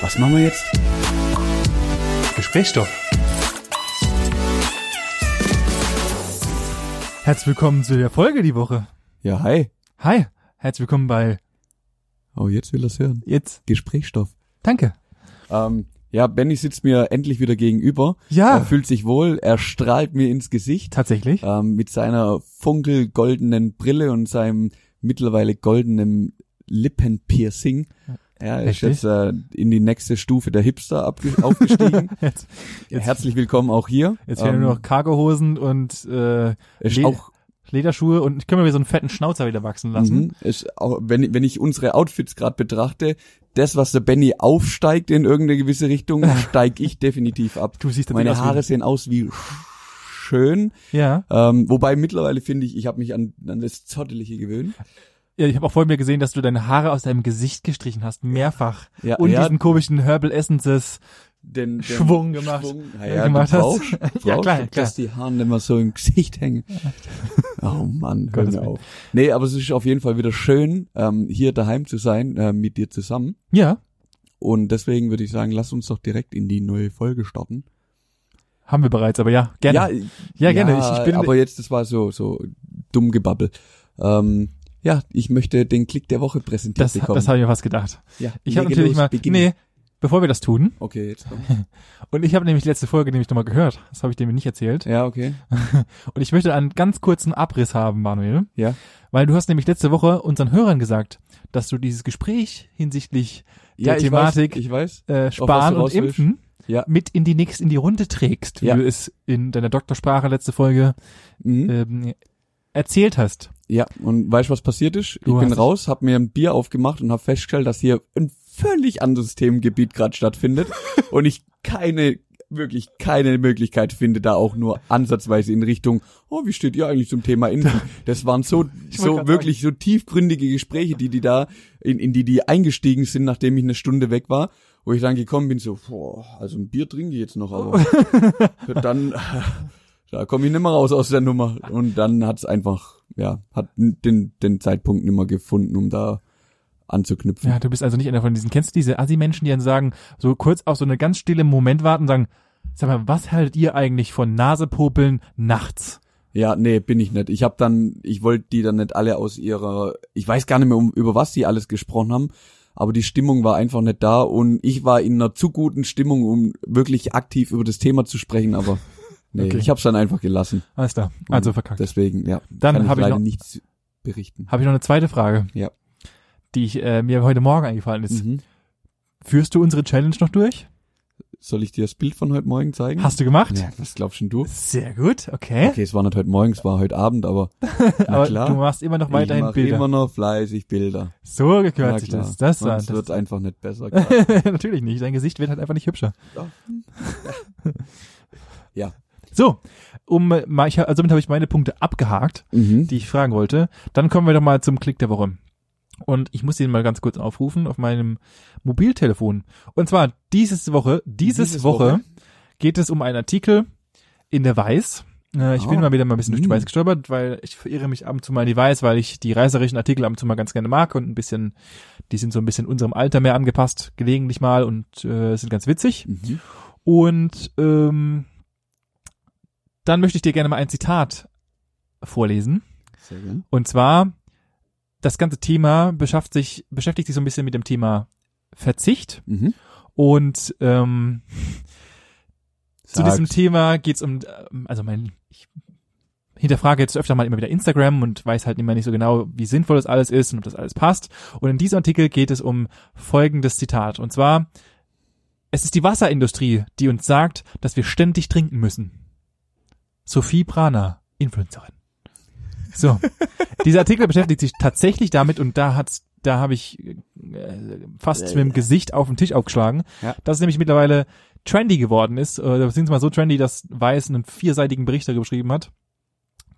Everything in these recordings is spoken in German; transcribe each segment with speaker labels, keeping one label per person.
Speaker 1: Was machen wir jetzt?
Speaker 2: Gesprächsstoff.
Speaker 3: Herzlich willkommen zu der Folge die Woche.
Speaker 1: Ja, hi.
Speaker 3: Hi, herzlich willkommen bei
Speaker 1: Oh, jetzt will das hören.
Speaker 3: jetzt.
Speaker 1: Gesprächsstoff.
Speaker 3: Danke.
Speaker 1: Ähm, ja, Benny sitzt mir endlich wieder gegenüber. Er
Speaker 3: Ja,
Speaker 1: fühlt sich wohl, er strahlt mir ins Gesicht
Speaker 3: tatsächlich.
Speaker 1: ähm, mit seiner funkelgoldenen Brille und seinem mittlerweile goldenen Lippenpiercing. Ja, er ist
Speaker 3: Richtig.
Speaker 1: jetzt äh, in die nächste Stufe der Hipster abge- aufgestiegen.
Speaker 3: Jetzt,
Speaker 1: Ja, Herzlich willkommen auch hier.
Speaker 3: jetzt fehlen nur noch Cargohosen und äh,
Speaker 1: er ist
Speaker 3: Le-
Speaker 1: auch
Speaker 3: Lederschuhe und ich kann mir wieder so einen fetten Schnauzer wieder wachsen lassen.
Speaker 1: Mhm. Ist auch, wenn, wenn ich unsere Outfits gerade betrachte, das, was der Benny aufsteigt in irgendeine gewisse Richtung, steig ich definitiv ab.
Speaker 3: Du siehst
Speaker 1: Meine
Speaker 3: aus wie-
Speaker 1: Haare sehen aus wie schön.
Speaker 3: Ja.
Speaker 1: Ähm, wobei mittlerweile finde ich, ich habe mich an, an das Zottelige gewöhnt.
Speaker 3: ja, ich habe auch vorhin mir gesehen, dass du deine Haare aus deinem Gesicht gestrichen hast, mehrfach.
Speaker 1: Ja,
Speaker 3: und
Speaker 1: ja.
Speaker 3: diesen komischen Herbal Essences.
Speaker 1: Den, den
Speaker 3: Schwung gemacht.
Speaker 1: Schwung, ja,
Speaker 3: Ja,
Speaker 1: ja,
Speaker 3: gemacht
Speaker 1: du
Speaker 3: hast.
Speaker 1: brauchst, du brauchst
Speaker 3: Ja, klar, klar.
Speaker 1: dass die Haaren immer so im Gesicht hängen. Oh Mann, hör
Speaker 3: Gottes
Speaker 1: mir
Speaker 3: Willen.
Speaker 1: auf. Nee, aber es ist auf jeden Fall wieder schön, ähm, hier daheim zu sein, äh, mit dir zusammen.
Speaker 3: Ja,
Speaker 1: Und deswegen würde ich sagen, lass uns doch direkt in die neue Folge starten.
Speaker 3: haben wir bereits, aber ja, gerne.
Speaker 1: Ja,
Speaker 3: Ja, gerne. Ich, ich bin
Speaker 1: aber jetzt, das war so, so dumm gebabbel. Ähm, ja, ich möchte den Klick der Woche präsentiert
Speaker 3: das,
Speaker 1: bekommen.
Speaker 3: das habe ich mir fast gedacht.
Speaker 1: ja,
Speaker 3: Ich habe
Speaker 1: lege los,
Speaker 3: natürlich mal
Speaker 1: beginne.
Speaker 3: Nee, bevor wir das tun,
Speaker 1: Okay, jetzt komm.
Speaker 3: Und ich habe nämlich die letzte Folge nämlich nochmal gehört. Das habe ich dir nicht erzählt.
Speaker 1: Ja, okay.
Speaker 3: Und ich möchte einen ganz kurzen Abriss haben, Manuel.
Speaker 1: Ja.
Speaker 3: Weil du hast nämlich letzte Woche unseren Hörern gesagt, dass du dieses Gespräch hinsichtlich
Speaker 1: ja,
Speaker 3: der Thematik
Speaker 1: Ich weiß, ich weiß.
Speaker 3: äh,
Speaker 1: auf was
Speaker 3: Sparen
Speaker 1: du raus
Speaker 3: und Impfen
Speaker 1: Ja.
Speaker 3: mit in die nächste, in die Runde trägst, wie
Speaker 1: Ja.
Speaker 3: du es in deiner Doktorsprache letzte Folge
Speaker 1: Mhm.
Speaker 3: ähm, erzählt hast.
Speaker 1: Ja, und weißt du, was passiert ist? Ich
Speaker 3: Du
Speaker 1: bin
Speaker 3: hast-
Speaker 1: raus, hab mir ein Bier aufgemacht und hab festgestellt, dass hier ein völlig anderes Themengebiet gerade stattfindet und ich keine wirklich keine Möglichkeit finde, da auch nur ansatzweise in Richtung, oh, wie steht ihr eigentlich zum Thema Impfen? Das waren so, so
Speaker 3: grad
Speaker 1: wirklich so tiefgründige Gespräche, die die da, in, in die die eingestiegen sind, nachdem ich eine Stunde weg war, wo ich dann gekommen bin, so, boah, also ein Bier trinke ich jetzt noch, aber dann, da komme ich nimmer raus aus der Nummer. Und dann hat's einfach, ja, hat n- den, den Zeitpunkt nimmer gefunden, um da anzuknüpfen.
Speaker 3: Ja, du bist also nicht einer von diesen. Kennst du diese Assi-Menschen, die dann sagen, so kurz auf so einen ganz stillen Moment warten und sagen, sag mal, was haltet ihr eigentlich von Nasepopeln nachts?
Speaker 1: Ja, nee, bin ich nicht. Ich hab dann, ich wollte die dann nicht alle aus ihrer, ich weiß gar nicht mehr, um, über was die alles gesprochen haben, aber die Stimmung war einfach nicht da und ich war in einer zu guten Stimmung, um wirklich aktiv über das Thema zu sprechen, aber nee,
Speaker 3: Okay.
Speaker 1: ich hab's dann einfach gelassen.
Speaker 3: Alles klar.
Speaker 1: Und
Speaker 3: Also verkackt.
Speaker 1: Deswegen, ja,
Speaker 3: Dann
Speaker 1: kann ich
Speaker 3: hab ich
Speaker 1: leider
Speaker 3: noch-
Speaker 1: nichts berichten.
Speaker 3: Habe ich noch eine zweite Frage.
Speaker 1: Ja.
Speaker 3: Die ich, äh, mir heute Morgen eingefallen ist.
Speaker 1: Mhm.
Speaker 3: Führst du unsere Challenge noch durch?
Speaker 1: Soll ich dir das Bild von heute Morgen zeigen?
Speaker 3: Hast du
Speaker 1: Mhm.
Speaker 3: gemacht?
Speaker 1: ja, was glaubst denn du?
Speaker 3: Sehr gut, okay.
Speaker 1: Okay, es war nicht heute Morgen, es war heute Abend, aber na
Speaker 3: Aber
Speaker 1: klar.
Speaker 3: du machst immer noch
Speaker 1: ich
Speaker 3: weiterhin
Speaker 1: mach
Speaker 3: Bilder.
Speaker 1: immer noch fleißig Bilder.
Speaker 3: so
Speaker 1: Na
Speaker 3: gehört sich
Speaker 1: klar.
Speaker 3: das. Das war
Speaker 1: Sonst
Speaker 3: das.
Speaker 1: wird's einfach nicht besser.
Speaker 3: Natürlich nicht. Dein Gesicht wird halt einfach nicht hübscher.
Speaker 1: Ja. Ja.
Speaker 3: So, um äh, mal, ich, hab- also somit habe ich meine Punkte abgehakt,
Speaker 1: mhm.
Speaker 3: die ich fragen wollte. Dann kommen wir doch mal zum Klick der Woche. Und ich muss den mal ganz kurz aufrufen auf meinem Mobiltelefon. Und zwar dieses Woche, dieses,
Speaker 1: Dieses
Speaker 3: Woche,
Speaker 1: Woche?
Speaker 3: geht es um einen Artikel in der Weiß. Äh, ich bin
Speaker 1: Oh.
Speaker 3: mal wieder mal ein bisschen durch die
Speaker 1: Mm.
Speaker 3: Weiß gestolpert, weil ich verirre mich ab und zu mal in die Weiß, weil ich die reißerischen Artikel ab und zu mal ganz gerne mag und ein bisschen, die sind so ein bisschen unserem Alter mehr angepasst, gelegentlich mal und äh, sind ganz witzig.
Speaker 1: Mhm.
Speaker 3: Und ähm, dann möchte ich dir gerne mal ein Zitat vorlesen.
Speaker 1: Sehr gern.
Speaker 3: Und zwar, das ganze Thema beschafft sich, beschäftigt sich so ein bisschen mit dem Thema Verzicht.
Speaker 1: Mhm.
Speaker 3: Und ähm, zu
Speaker 1: Sag's.
Speaker 3: diesem Thema geht's um, ähm, also mein, ich hinterfrage jetzt öfter mal immer wieder Instagram und weiß halt immer nicht so genau, wie sinnvoll das alles ist und ob das alles passt. Und in diesem Artikel geht es um folgendes Zitat. Und zwar, es ist die Wasserindustrie, die uns sagt, dass wir ständig trinken müssen. Sophie Prana, Influencerin. So, dieser Artikel beschäftigt sich tatsächlich damit und da hat's, da habe ich äh, fast mit dem Gesicht auf den Tisch aufgeschlagen,
Speaker 1: Äh. Ja.
Speaker 3: dass es nämlich mittlerweile trendy geworden ist, äh, oder beziehungsweise mal so trendy, dass Weiß einen vierseitigen Bericht darüber geschrieben hat,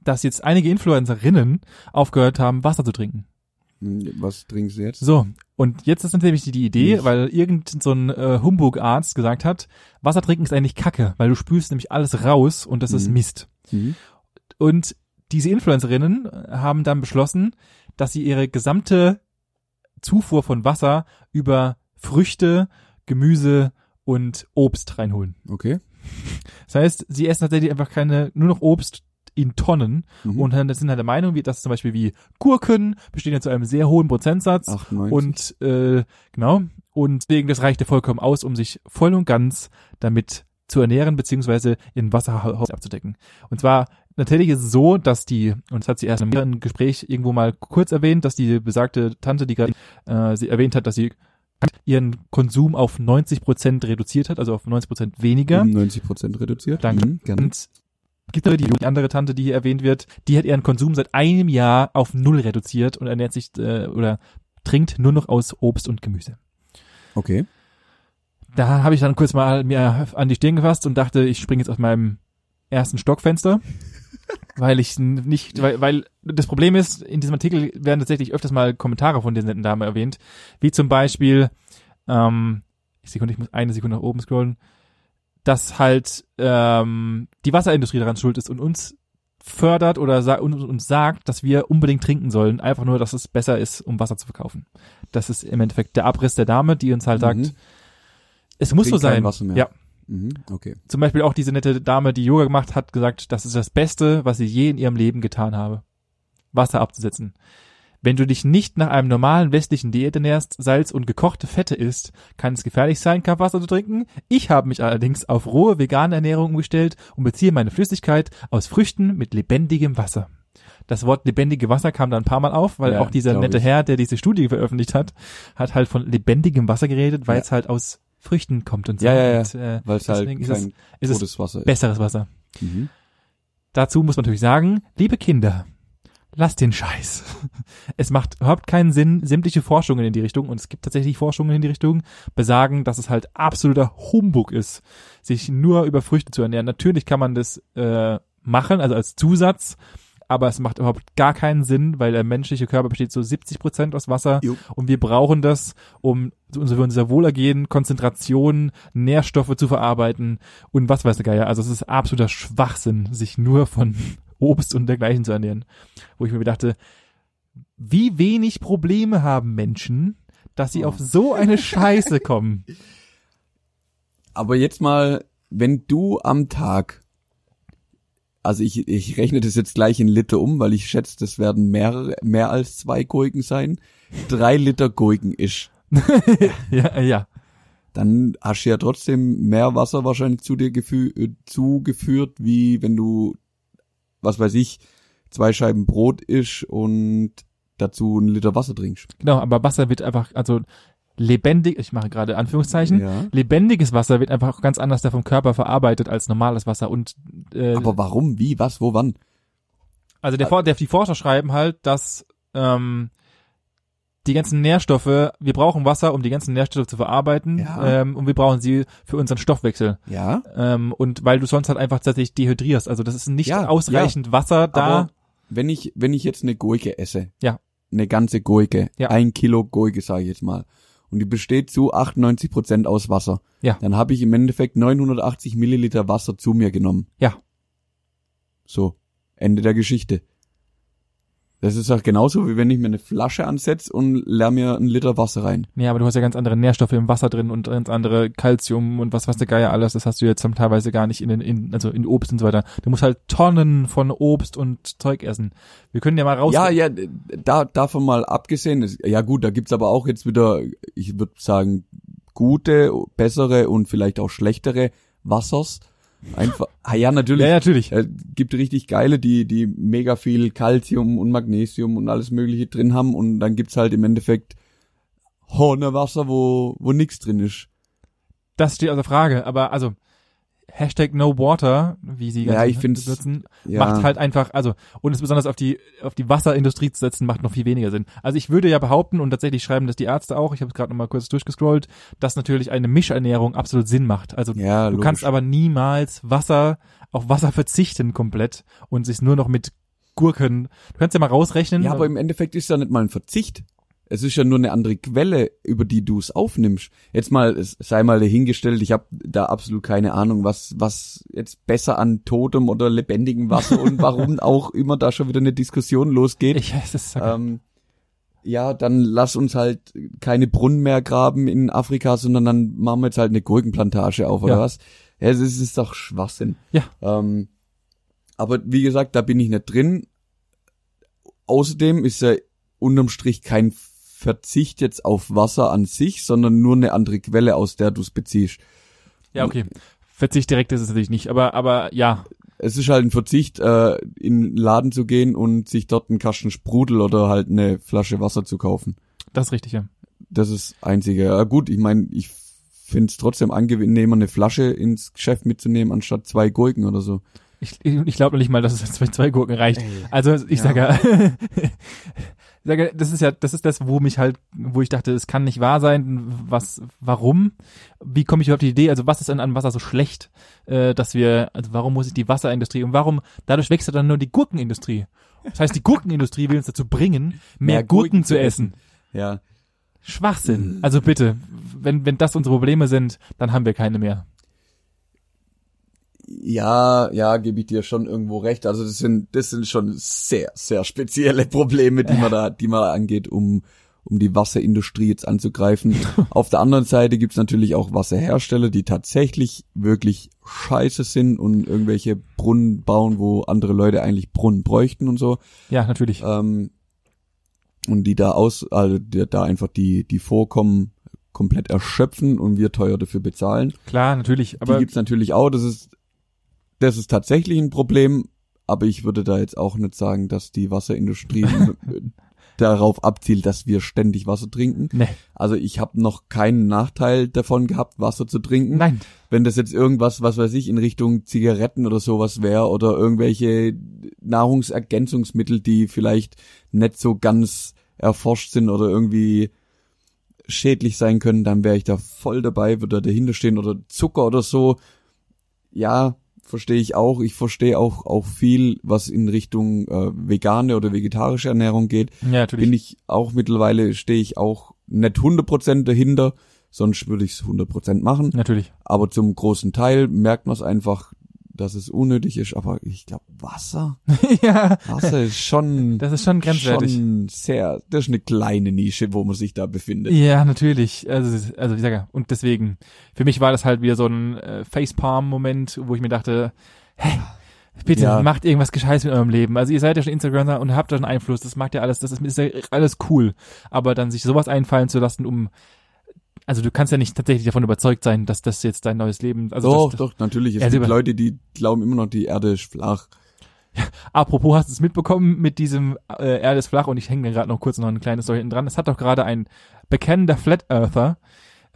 Speaker 3: dass jetzt einige Influencerinnen aufgehört haben, Wasser zu trinken.
Speaker 1: Mhm, Was trinkst du jetzt?
Speaker 3: So, und jetzt ist natürlich die die Idee,
Speaker 1: Nicht.
Speaker 3: weil irgend so ein äh, Humbug-Arzt gesagt hat, Wasser trinken ist eigentlich Kacke, weil du spülst nämlich alles raus und das ist
Speaker 1: Mhm.
Speaker 3: Mist.
Speaker 1: Mhm.
Speaker 3: Und diese Influencerinnen äh, haben dann beschlossen, dass sie ihre gesamte Zufuhr von Wasser über Früchte, Gemüse und Obst reinholen.
Speaker 1: Okay.
Speaker 3: Das heißt, sie essen tatsächlich einfach keine, nur noch Obst in Tonnen
Speaker 1: Mhm.
Speaker 3: und dann sind halt der Meinung, wie, dass zum Beispiel wie Gurken bestehen ja zu einem sehr hohen Prozentsatz
Speaker 1: 98.
Speaker 3: und äh, genau und deswegen das reichte vollkommen aus, um sich voll und ganz damit zu ernähren beziehungsweise in Wasserhaus abzudecken. Und zwar natürlich ist es so, dass die und das hat sie erst in einem Gespräch irgendwo mal kurz erwähnt, dass die besagte Tante, die gerade äh, sie erwähnt hat, dass sie ihren Konsum auf 90 Prozent reduziert hat, also auf 90 Prozent weniger.
Speaker 1: um 90 Prozent reduziert.
Speaker 3: Danke.
Speaker 1: Mhm, gerne.
Speaker 3: Und gibt aber die, die andere Tante, die hier erwähnt wird, die hat ihren Konsum seit einem Jahr auf null reduziert und ernährt sich äh, oder trinkt nur noch aus Obst und Gemüse.
Speaker 1: Okay.
Speaker 3: Da habe ich dann kurz mal mir an die Stirn gefasst und dachte, ich springe jetzt aus meinem ersten Stockfenster, weil ich n- nicht, weil, weil das Problem ist, in diesem Artikel werden tatsächlich öfters mal Kommentare von diesen netten Damen erwähnt, wie zum Beispiel, ähm, Sekunde, ich muss eine Sekunde nach oben scrollen, dass halt ähm, die Wasserindustrie daran schuld ist und uns fördert oder sa uns, uns sagt, dass wir unbedingt trinken sollen, einfach nur, dass es besser ist, um Wasser zu verkaufen. Das ist im Endeffekt der Abriss der Dame, die uns halt sagt,
Speaker 1: Mhm.
Speaker 3: es muss so
Speaker 1: Trinkt kein
Speaker 3: sein.
Speaker 1: Wasser mehr.
Speaker 3: Ja.
Speaker 1: Mhm. Okay.
Speaker 3: Zum Beispiel auch diese nette Dame, die Yoga gemacht hat, gesagt, das ist das Beste, was ich je in ihrem Leben getan habe. Wasser abzusetzen. Wenn du dich nicht nach einem normalen westlichen Diät ernährst, Salz und gekochte Fette isst, kann es gefährlich sein, Kampfwasser zu trinken. Ich habe mich allerdings auf rohe vegane Ernährung umgestellt und beziehe meine Flüssigkeit aus Früchten mit lebendigem Wasser. Das Wort lebendige Wasser kam da ein paar Mal auf, weil
Speaker 1: Ja,
Speaker 3: auch dieser
Speaker 1: glaub
Speaker 3: nette
Speaker 1: ich.
Speaker 3: Herr, der diese Studie veröffentlicht hat, hat halt von lebendigem Wasser geredet, weil
Speaker 1: Ja.
Speaker 3: es halt aus Früchten kommt und so.
Speaker 1: Ja, ja, ja.
Speaker 3: Und, äh,
Speaker 1: Weil es halt
Speaker 3: deswegen ist es
Speaker 1: kein
Speaker 3: ist es
Speaker 1: totes Wasser ist.
Speaker 3: besseres Wasser.
Speaker 1: Mhm.
Speaker 3: Dazu muss man natürlich sagen, liebe Kinder, lasst den Scheiß. Es macht überhaupt keinen Sinn, sämtliche Forschungen in die Richtung, und es gibt tatsächlich Forschungen in die Richtung, besagen, dass es halt absoluter Humbug ist, sich nur über Früchte zu ernähren. Natürlich kann man das äh, machen, also als Zusatz, aber es macht überhaupt gar keinen Sinn, weil der menschliche Körper besteht zu 70 Prozent aus Wasser
Speaker 1: Jo.
Speaker 3: und wir brauchen das, um zu- für unser Wohlergehen, Konzentration, Nährstoffe zu verarbeiten und was weiß der Geier. Also es ist absoluter Schwachsinn, sich nur von Obst und dergleichen zu ernähren. Wo ich mir dachte, wie wenig Probleme haben Menschen, dass sie
Speaker 1: Oh.
Speaker 3: auf so eine Scheiße kommen.
Speaker 1: Aber jetzt mal, wenn du am Tag, also ich, ich rechne das jetzt gleich in Liter um, weil ich schätze, das werden mehrere, mehr als zwei Gurken sein. Drei Liter Gurken ist.
Speaker 3: ja, ja.
Speaker 1: Dann hast du ja trotzdem mehr Wasser wahrscheinlich zu dir gefü äh, zugeführt, wie wenn du, was weiß ich, zwei Scheiben Brot isch und dazu einen Liter Wasser trinkst.
Speaker 3: Genau, aber Wasser wird einfach, also lebendig, ich mache gerade Anführungszeichen,
Speaker 1: Ja.
Speaker 3: lebendiges Wasser wird einfach auch ganz anders da vom Körper verarbeitet als normales Wasser und äh,
Speaker 1: Aber warum, wie, was, wo, wann?
Speaker 3: Also der, For- der, die Forscher schreiben halt, dass ähm, die ganzen Nährstoffe, wir brauchen Wasser, um die ganzen Nährstoffe zu verarbeiten
Speaker 1: Ja.
Speaker 3: ähm, und wir brauchen sie für unseren Stoffwechsel.
Speaker 1: Ja.
Speaker 3: Ähm, und weil du sonst halt einfach tatsächlich dehydrierst. Also das ist nicht
Speaker 1: Ja,
Speaker 3: ausreichend Wasser da.
Speaker 1: Aber wenn ich, wenn ich jetzt eine Gurke esse,
Speaker 3: Ja.
Speaker 1: eine ganze Gurke,
Speaker 3: Ja.
Speaker 1: ein Kilo Gurke, sage ich jetzt mal, und die besteht zu 98 Prozent aus Wasser,
Speaker 3: Ja.
Speaker 1: dann habe ich im Endeffekt 980 Milliliter Wasser zu mir genommen.
Speaker 3: Ja.
Speaker 1: So, Ende der Geschichte. Das ist halt genauso, wie wenn ich mir eine Flasche ansetze und leer mir einen Liter Wasser rein.
Speaker 3: Nee, aber du hast ja ganz andere Nährstoffe im Wasser drin und ganz andere Kalzium und was weiß der Geier alles. Das hast du jetzt zum teilweise gar nicht in den, in, also in Obst und so weiter. Du musst halt Tonnen von Obst und Zeug essen. Wir können ja mal raus.
Speaker 1: Ja, ja, da, davon mal abgesehen. Das, ja gut, da gibt's aber auch jetzt wieder, ich würde sagen, gute, bessere und vielleicht auch schlechtere Wassers. Einfach, ah, ja, natürlich.
Speaker 3: ja, natürlich.
Speaker 1: Es gibt richtig geile, die, die mega viel Kalzium und Magnesium und alles mögliche drin haben und dann gibt's halt im Endeffekt Horne Wasser, wo, wo nix drin ist.
Speaker 3: Das steht außer Frage, aber also Hashtag No Water, wie sie
Speaker 1: Ja,
Speaker 3: ganzen
Speaker 1: ich find's-
Speaker 3: benutzen,
Speaker 1: Ja.
Speaker 3: macht halt einfach, also und es besonders auf die auf die Wasserindustrie zu setzen, macht noch viel weniger Sinn. Also ich würde ja behaupten und tatsächlich schreiben das die Ärzte auch, ich habe es gerade nochmal kurz durchgescrollt, dass natürlich eine Mischernährung absolut Sinn macht. Also
Speaker 1: ja,
Speaker 3: du kannst aber niemals Wasser auf Wasser verzichten komplett und sich nur noch mit Gurken. Du kannst ja mal rausrechnen.
Speaker 1: Ja, aber im Endeffekt ist ja nicht mal ein Verzicht. Es ist ja nur eine andere Quelle, über die du es aufnimmst. Jetzt mal, es sei mal dahingestellt, ich habe da absolut keine Ahnung, was was jetzt besser an totem oder lebendigem Wasser und warum auch immer da schon wieder eine Diskussion losgeht.
Speaker 3: ich, es ist,
Speaker 1: ähm, ja, dann lass uns halt keine Brunnen mehr graben in Afrika, sondern dann machen wir jetzt halt eine Gurkenplantage auf oder
Speaker 3: Ja.
Speaker 1: was? Ja, das ist, ist doch Schwachsinn.
Speaker 3: Ja.
Speaker 1: Ähm, aber wie gesagt, da bin ich nicht drin. Außerdem ist ja unterm Strich kein Verzicht jetzt auf Wasser an sich, sondern nur eine andere Quelle, aus der du es beziehst.
Speaker 3: Ja, okay. Verzicht direkt ist es natürlich nicht, aber, aber ja,
Speaker 1: Es ist halt ein Verzicht, äh, in den Laden zu gehen und sich dort einen Kasten Sprudel oder halt eine Flasche Wasser zu kaufen.
Speaker 3: das ist richtig, ja.
Speaker 1: Das ist das einzige. Ja, gut, ich meine, ich finde es trotzdem angenehmer, eine Flasche ins Geschäft mitzunehmen, anstatt zwei Gurken oder so.
Speaker 3: Ich, ich, ich glaube noch nicht mal, dass es mit zwei Gurken reicht. Also ich
Speaker 1: Ja.
Speaker 3: sage, ja, ich sage, das ist ja, das ist das, wo mich halt, wo ich dachte, es kann nicht wahr sein. Was, warum? Wie komme ich überhaupt auf die Idee? Also was ist denn an Wasser so schlecht, äh, dass wir, also warum muss ich die Wasserindustrie und warum dadurch wächst ja dann nur die Gurkenindustrie? Das heißt, die Gurkenindustrie will uns dazu bringen, mehr,
Speaker 1: Mehr
Speaker 3: Gurken,
Speaker 1: Gurken
Speaker 3: zu essen.
Speaker 1: Ja.
Speaker 3: Schwachsinn. Also bitte, wenn wenn das unsere Probleme sind, dann haben wir keine mehr.
Speaker 1: Ja, ja, gebe ich dir schon irgendwo recht. Also das sind, das sind schon sehr, sehr spezielle Probleme, die man da, die man da angeht, um, um die Wasserindustrie jetzt anzugreifen. Auf der anderen Seite gibt's natürlich auch Wasserhersteller, die tatsächlich wirklich scheiße sind und irgendwelche Brunnen bauen, wo andere Leute eigentlich Brunnen bräuchten und so.
Speaker 3: Ja, natürlich.
Speaker 1: ähm, und die da aus, also die, da einfach die die Vorkommen komplett erschöpfen und wir teuer dafür bezahlen.
Speaker 3: Klar, natürlich.
Speaker 1: die
Speaker 3: Aber
Speaker 1: gibt's natürlich auch. Das ist das ist tatsächlich ein Problem, aber ich würde da jetzt auch nicht sagen, dass die Wasserindustrie m- darauf abzielt, dass wir ständig Wasser trinken.
Speaker 3: nee,
Speaker 1: Also ich habe noch keinen Nachteil davon gehabt, Wasser zu trinken
Speaker 3: nein.
Speaker 1: wenn das jetzt irgendwas, was weiß ich, in Richtung Zigaretten oder sowas wäre oder irgendwelche Nahrungsergänzungsmittel, die vielleicht nicht so ganz erforscht sind oder irgendwie schädlich sein können, dann wäre ich da voll dabei, würde da dahinter stehen oder Zucker oder so. Ja, verstehe ich auch. Ich verstehe auch auch viel, was in Richtung äh, vegane oder vegetarische Ernährung geht
Speaker 3: Ja, natürlich.
Speaker 1: bin ich auch mittlerweile, stehe ich auch nicht 100% dahinter, sonst würde ich es 100% machen.
Speaker 3: Natürlich.
Speaker 1: Aber zum großen Teil merkt man es einfach, dass es unnötig ist. Aber ich glaube, Wasser,
Speaker 3: ja,
Speaker 1: Wasser ist schon,
Speaker 3: das ist schon grenzwertig.
Speaker 1: schon sehr, das ist eine kleine Nische, wo man sich da befindet.
Speaker 3: Ja, natürlich. Also, also ich sage, und deswegen, für mich war das halt wieder so ein äh, Facepalm-Moment, wo ich mir dachte, hey, bitte
Speaker 1: Ja.
Speaker 3: macht irgendwas Gescheites mit eurem Leben. Also ihr seid ja schon Instagramer und habt da schon Einfluss, das macht ja alles, das ist, ist ja alles cool. Aber dann sich sowas einfallen zu lassen, um, also du kannst ja nicht tatsächlich davon überzeugt sein, dass das jetzt dein neues Leben, also
Speaker 1: doch,
Speaker 3: das, das,
Speaker 1: doch, natürlich. Es
Speaker 3: Ja,
Speaker 1: gibt
Speaker 3: lieber-
Speaker 1: Leute, die glauben immer noch, die Erde ist flach.
Speaker 3: Apropos, hast du es mitbekommen mit diesem äh, Erde ist flach und ich hänge mir gerade noch kurz noch ein kleines Story hinten dran. Es hat doch gerade ein bekennender Flat Earther.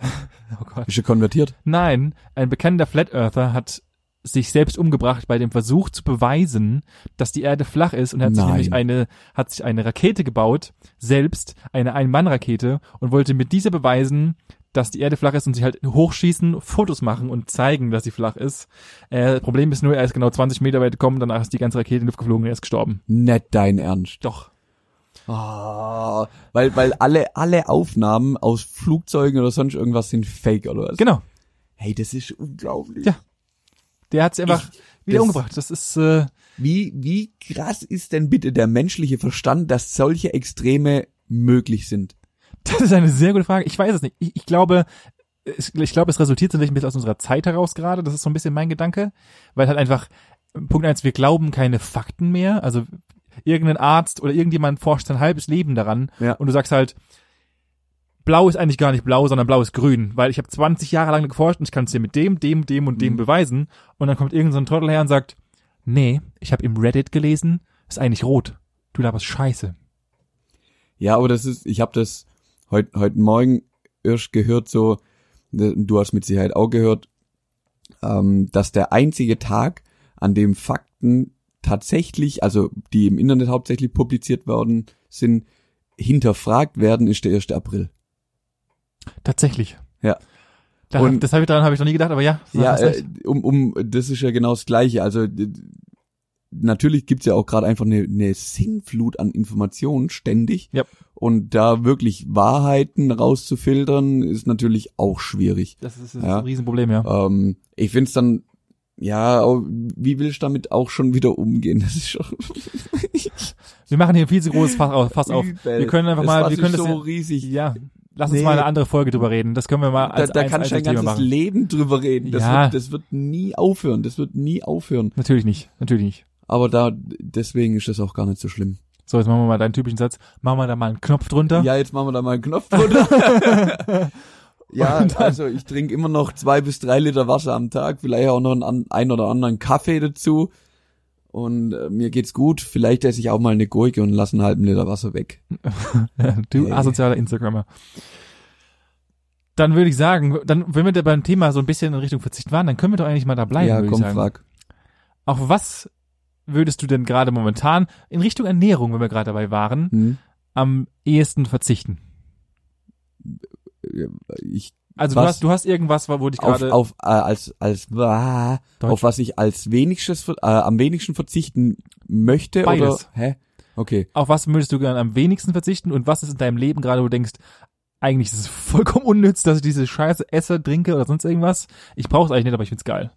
Speaker 3: oh Gott.
Speaker 1: Ist ja konvertiert.
Speaker 3: Nein, ein bekannter Flat Earther hat sich selbst umgebracht bei dem Versuch zu beweisen, dass die Erde flach ist und hat sich
Speaker 1: Nein.
Speaker 3: nämlich eine hat sich eine Rakete gebaut, selbst eine Ein-Mann-Rakete und wollte mit dieser beweisen, dass die Erde flach ist und sich halt hochschießen, Fotos machen und zeigen, dass sie flach ist. Äh, Problem ist nur, er ist genau 20 Meter weit gekommen, danach ist die ganze Rakete in die Luft geflogen und er ist gestorben.
Speaker 1: Nicht dein Ernst.
Speaker 3: Doch.
Speaker 1: Ah, weil, weil alle, alle Aufnahmen aus Flugzeugen oder sonst irgendwas sind fake oder was?
Speaker 3: Genau.
Speaker 1: Hey, das ist unglaublich.
Speaker 3: Ja. Der hat sich einfach wieder
Speaker 1: das-
Speaker 3: umgebracht. Das ist äh,
Speaker 1: Wie, wie krass ist denn bitte der menschliche Verstand, dass solche Extreme möglich sind?
Speaker 3: Das ist eine sehr gute Frage. Ich weiß es nicht. Ich, ich glaube, es, ich glaube, es resultiert tatsächlich ein bisschen aus unserer Zeit heraus gerade. Das ist so ein bisschen mein Gedanke, weil halt einfach Punkt eins, wir glauben keine Fakten mehr. Also irgendein Arzt oder irgendjemand forscht sein halbes Leben daran
Speaker 1: Ja.
Speaker 3: und du sagst halt, Blau ist eigentlich gar nicht blau, sondern blau ist grün, weil ich habe 20 Jahre lang geforscht und ich kann es dir mit dem, dem, dem und dem
Speaker 1: Mhm.
Speaker 3: beweisen. Und dann kommt irgendein so ein Trottel her und sagt, nee, ich habe im Reddit gelesen, ist eigentlich rot. Du laberst Scheiße.
Speaker 1: Ja, aber das ist, ich habe das heute heute Morgen erst gehört, so, ne, du hast mit Sicherheit auch gehört, ähm, dass der einzige Tag, an dem Fakten tatsächlich, also die im Internet hauptsächlich publiziert worden sind, hinterfragt werden, ist der 1. April.
Speaker 3: Tatsächlich.
Speaker 1: Ja.
Speaker 3: Da,
Speaker 1: Und-
Speaker 3: das habe ich daran habe ich noch nie gedacht, aber ja. so
Speaker 1: Ja,
Speaker 3: hast
Speaker 1: äh,
Speaker 3: recht.
Speaker 1: um, um, das ist ja genau das Gleiche. Also d- natürlich gibt's ja auch gerade einfach eine, eine Sinnflut an Informationen ständig.
Speaker 3: Yep.
Speaker 1: Und da wirklich Wahrheiten rauszufiltern, ist natürlich auch schwierig.
Speaker 3: das ist, das ist
Speaker 1: ja.
Speaker 3: ein Riesenproblem, ja.
Speaker 1: Ähm, ich find's dann, ja, au- wie will ich damit auch schon wieder umgehen? Das ist schon.
Speaker 3: Wir machen hier ein viel zu großes Fass auf. Fass auf. Wir können einfach
Speaker 1: das
Speaker 3: mal,
Speaker 1: Fass
Speaker 3: wir können
Speaker 1: ist
Speaker 3: das,
Speaker 1: so riesig.
Speaker 3: ja, lass uns mal
Speaker 1: Nee.
Speaker 3: eine andere Folge drüber reden. Das können wir mal
Speaker 1: Da,
Speaker 3: als
Speaker 1: da
Speaker 3: eins,
Speaker 1: kann ich dein
Speaker 3: einziges Thema
Speaker 1: ganzes
Speaker 3: machen.
Speaker 1: Leben drüber reden. Das,
Speaker 3: Ja.
Speaker 1: wird, das wird nie aufhören. Das wird nie aufhören.
Speaker 3: Natürlich nicht, natürlich nicht.
Speaker 1: Aber da, deswegen ist das auch gar nicht so schlimm.
Speaker 3: So, jetzt machen wir mal deinen typischen Satz. Machen wir da mal einen Knopf drunter.
Speaker 1: Ja, jetzt machen wir da mal einen Knopf drunter. ja, also ich trinke immer noch zwei bis drei Liter Wasser am Tag, vielleicht auch noch einen an- ein oder anderen Kaffee dazu. Und äh, mir geht's gut. Vielleicht esse ich auch mal eine Gurke und lasse einen halben Liter Wasser weg.
Speaker 3: du
Speaker 1: Hey.
Speaker 3: asozialer Instagrammer. Dann würde ich sagen, dann, wenn wir da beim Thema so ein bisschen in Richtung Verzicht waren, dann können wir doch eigentlich mal da bleiben,
Speaker 1: ja,
Speaker 3: würde
Speaker 1: komm,
Speaker 3: ich sagen.
Speaker 1: frag.
Speaker 3: Auf was würdest du denn gerade momentan in Richtung Ernährung, wenn wir gerade dabei waren,
Speaker 1: Hm?
Speaker 3: am ehesten verzichten?
Speaker 1: Ich,
Speaker 3: Also du
Speaker 1: Was?
Speaker 3: hast, du hast irgendwas, wo wo dich
Speaker 1: auf,
Speaker 3: gerade,
Speaker 1: auf, äh, als, als, ah,
Speaker 3: Deutsch.
Speaker 1: auf was ich als wenigstes, ver- äh, am wenigsten verzichten möchte
Speaker 3: Beides.
Speaker 1: oder, hä? Okay.
Speaker 3: auf was würdest du gerne am wenigsten verzichten und was ist in deinem Leben gerade, wo du denkst, eigentlich ist es vollkommen unnütz, dass ich diese Scheiße esse, trinke oder sonst irgendwas. Ich brauche es eigentlich nicht, aber ich find's geil.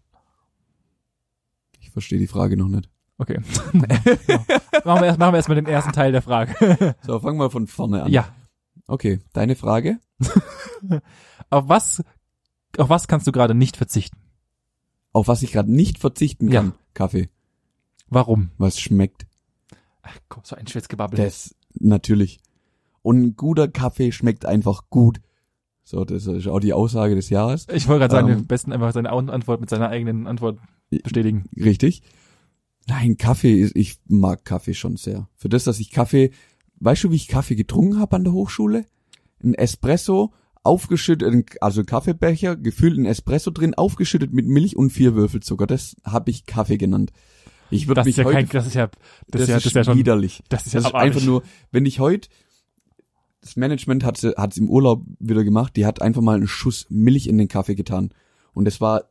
Speaker 1: Ich verstehe die Frage noch nicht.
Speaker 3: Okay. machen wir erst, machen wir erst mal den ersten Teil der Frage.
Speaker 1: So, fangen wir von vorne an.
Speaker 3: ja.
Speaker 1: Okay, deine Frage?
Speaker 3: Auf was, auf was kannst du gerade nicht verzichten?
Speaker 1: Auf was ich gerade nicht verzichten kann?
Speaker 3: Ja.
Speaker 1: Kaffee.
Speaker 3: Warum?
Speaker 1: Was schmeckt?
Speaker 3: Ach, komm, so ein Schwitzgebabbel.
Speaker 1: Das natürlich. Und ein guter Kaffee schmeckt einfach gut. So, das ist auch die Aussage des Jahres.
Speaker 3: Ich wollte gerade sagen,
Speaker 1: Ähm.
Speaker 3: am besten einfach seine Au- Antwort mit seiner eigenen Antwort bestätigen.
Speaker 1: Richtig? Nein, Kaffee ist, ich mag Kaffee schon sehr. Für das, dass ich Kaffee, weißt du, wie ich Kaffee getrunken habe an der Hochschule? Ein Espresso, aufgeschüttet, also ein Kaffeebecher, gefüllt ein Espresso drin, aufgeschüttet mit Milch und vier Würfel Zucker. Das habe ich Kaffee genannt. Ich würde
Speaker 3: Das
Speaker 1: mich
Speaker 3: ist ja
Speaker 1: heute,
Speaker 3: kein, das ist ja, das, ist ja, das ist ja schon,
Speaker 1: widerlich.
Speaker 3: das ist ja
Speaker 1: Das ist
Speaker 3: abartig.
Speaker 1: einfach nur, wenn ich heute, das Management hat es im Urlaub wieder gemacht, die hat einfach mal einen Schuss Milch in den Kaffee getan. Und das war,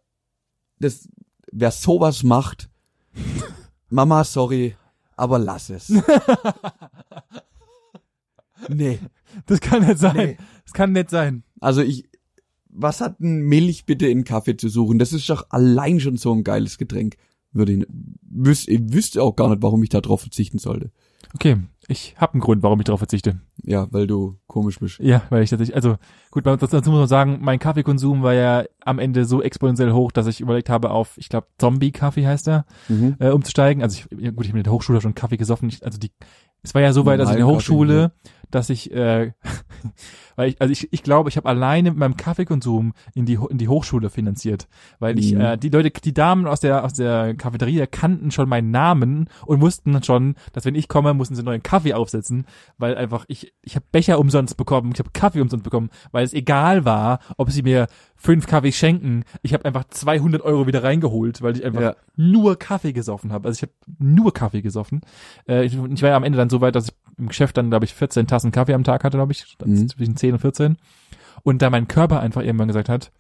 Speaker 1: das, wer sowas macht, Mama, sorry, aber lass es. nee,
Speaker 3: Das kann nicht sein.
Speaker 1: Nee.
Speaker 3: Das kann nicht sein.
Speaker 1: also ich, was hat denn Milch bitte in Kaffee zu suchen? Das ist doch allein schon so ein geiles Getränk. Würde ich, wüs, ich wüsste auch gar nicht, warum ich da drauf verzichten sollte.
Speaker 3: Okay, ich habe einen Grund, warum ich darauf verzichte.
Speaker 1: Ja, weil du komisch bist.
Speaker 3: Ja, weil ich tatsächlich, also gut, man- dazu muss man sagen, mein Kaffeekonsum war ja am Ende so exponentiell hoch, dass ich überlegt habe, auf, ich glaube, Zombie-Kaffee heißt er,
Speaker 1: Mhm.
Speaker 3: äh, umzusteigen. Also ich, ja, gut, ich habe in der Hochschule schon Kaffee gesoffen. Ich, also die, es war ja so weit, dass ich in der
Speaker 1: Normalen
Speaker 3: Hochschule, dass ich, äh, weil ich, also ich, ich glaube, ich habe alleine mit meinem Kaffeekonsum in die Ho- in die Hochschule finanziert, weil ich
Speaker 1: Mhm.
Speaker 3: äh, die Leute, die Damen aus der aus der Cafeteria kannten schon meinen Namen und wussten schon, dass wenn ich komme, mussten sie einen neuen Kaffee aufsetzen, weil einfach ich ich habe Becher umsonst bekommen, ich habe Kaffee umsonst bekommen, weil es egal war, ob sie mir fünf Kaffee schenken. Ich habe einfach 200 Euro wieder reingeholt, weil ich einfach
Speaker 1: Ja.
Speaker 3: nur Kaffee gesoffen habe. Also ich habe nur Kaffee gesoffen. Äh, ich, ich war ja am Ende dann so weit, dass ich im Geschäft dann, glaube ich, 14 Tassen Kaffee am Tag hatte, glaube ich, Das
Speaker 1: Mhm.
Speaker 3: ist zwischen 10 und 14. Und da mein Körper einfach irgendwann gesagt hat,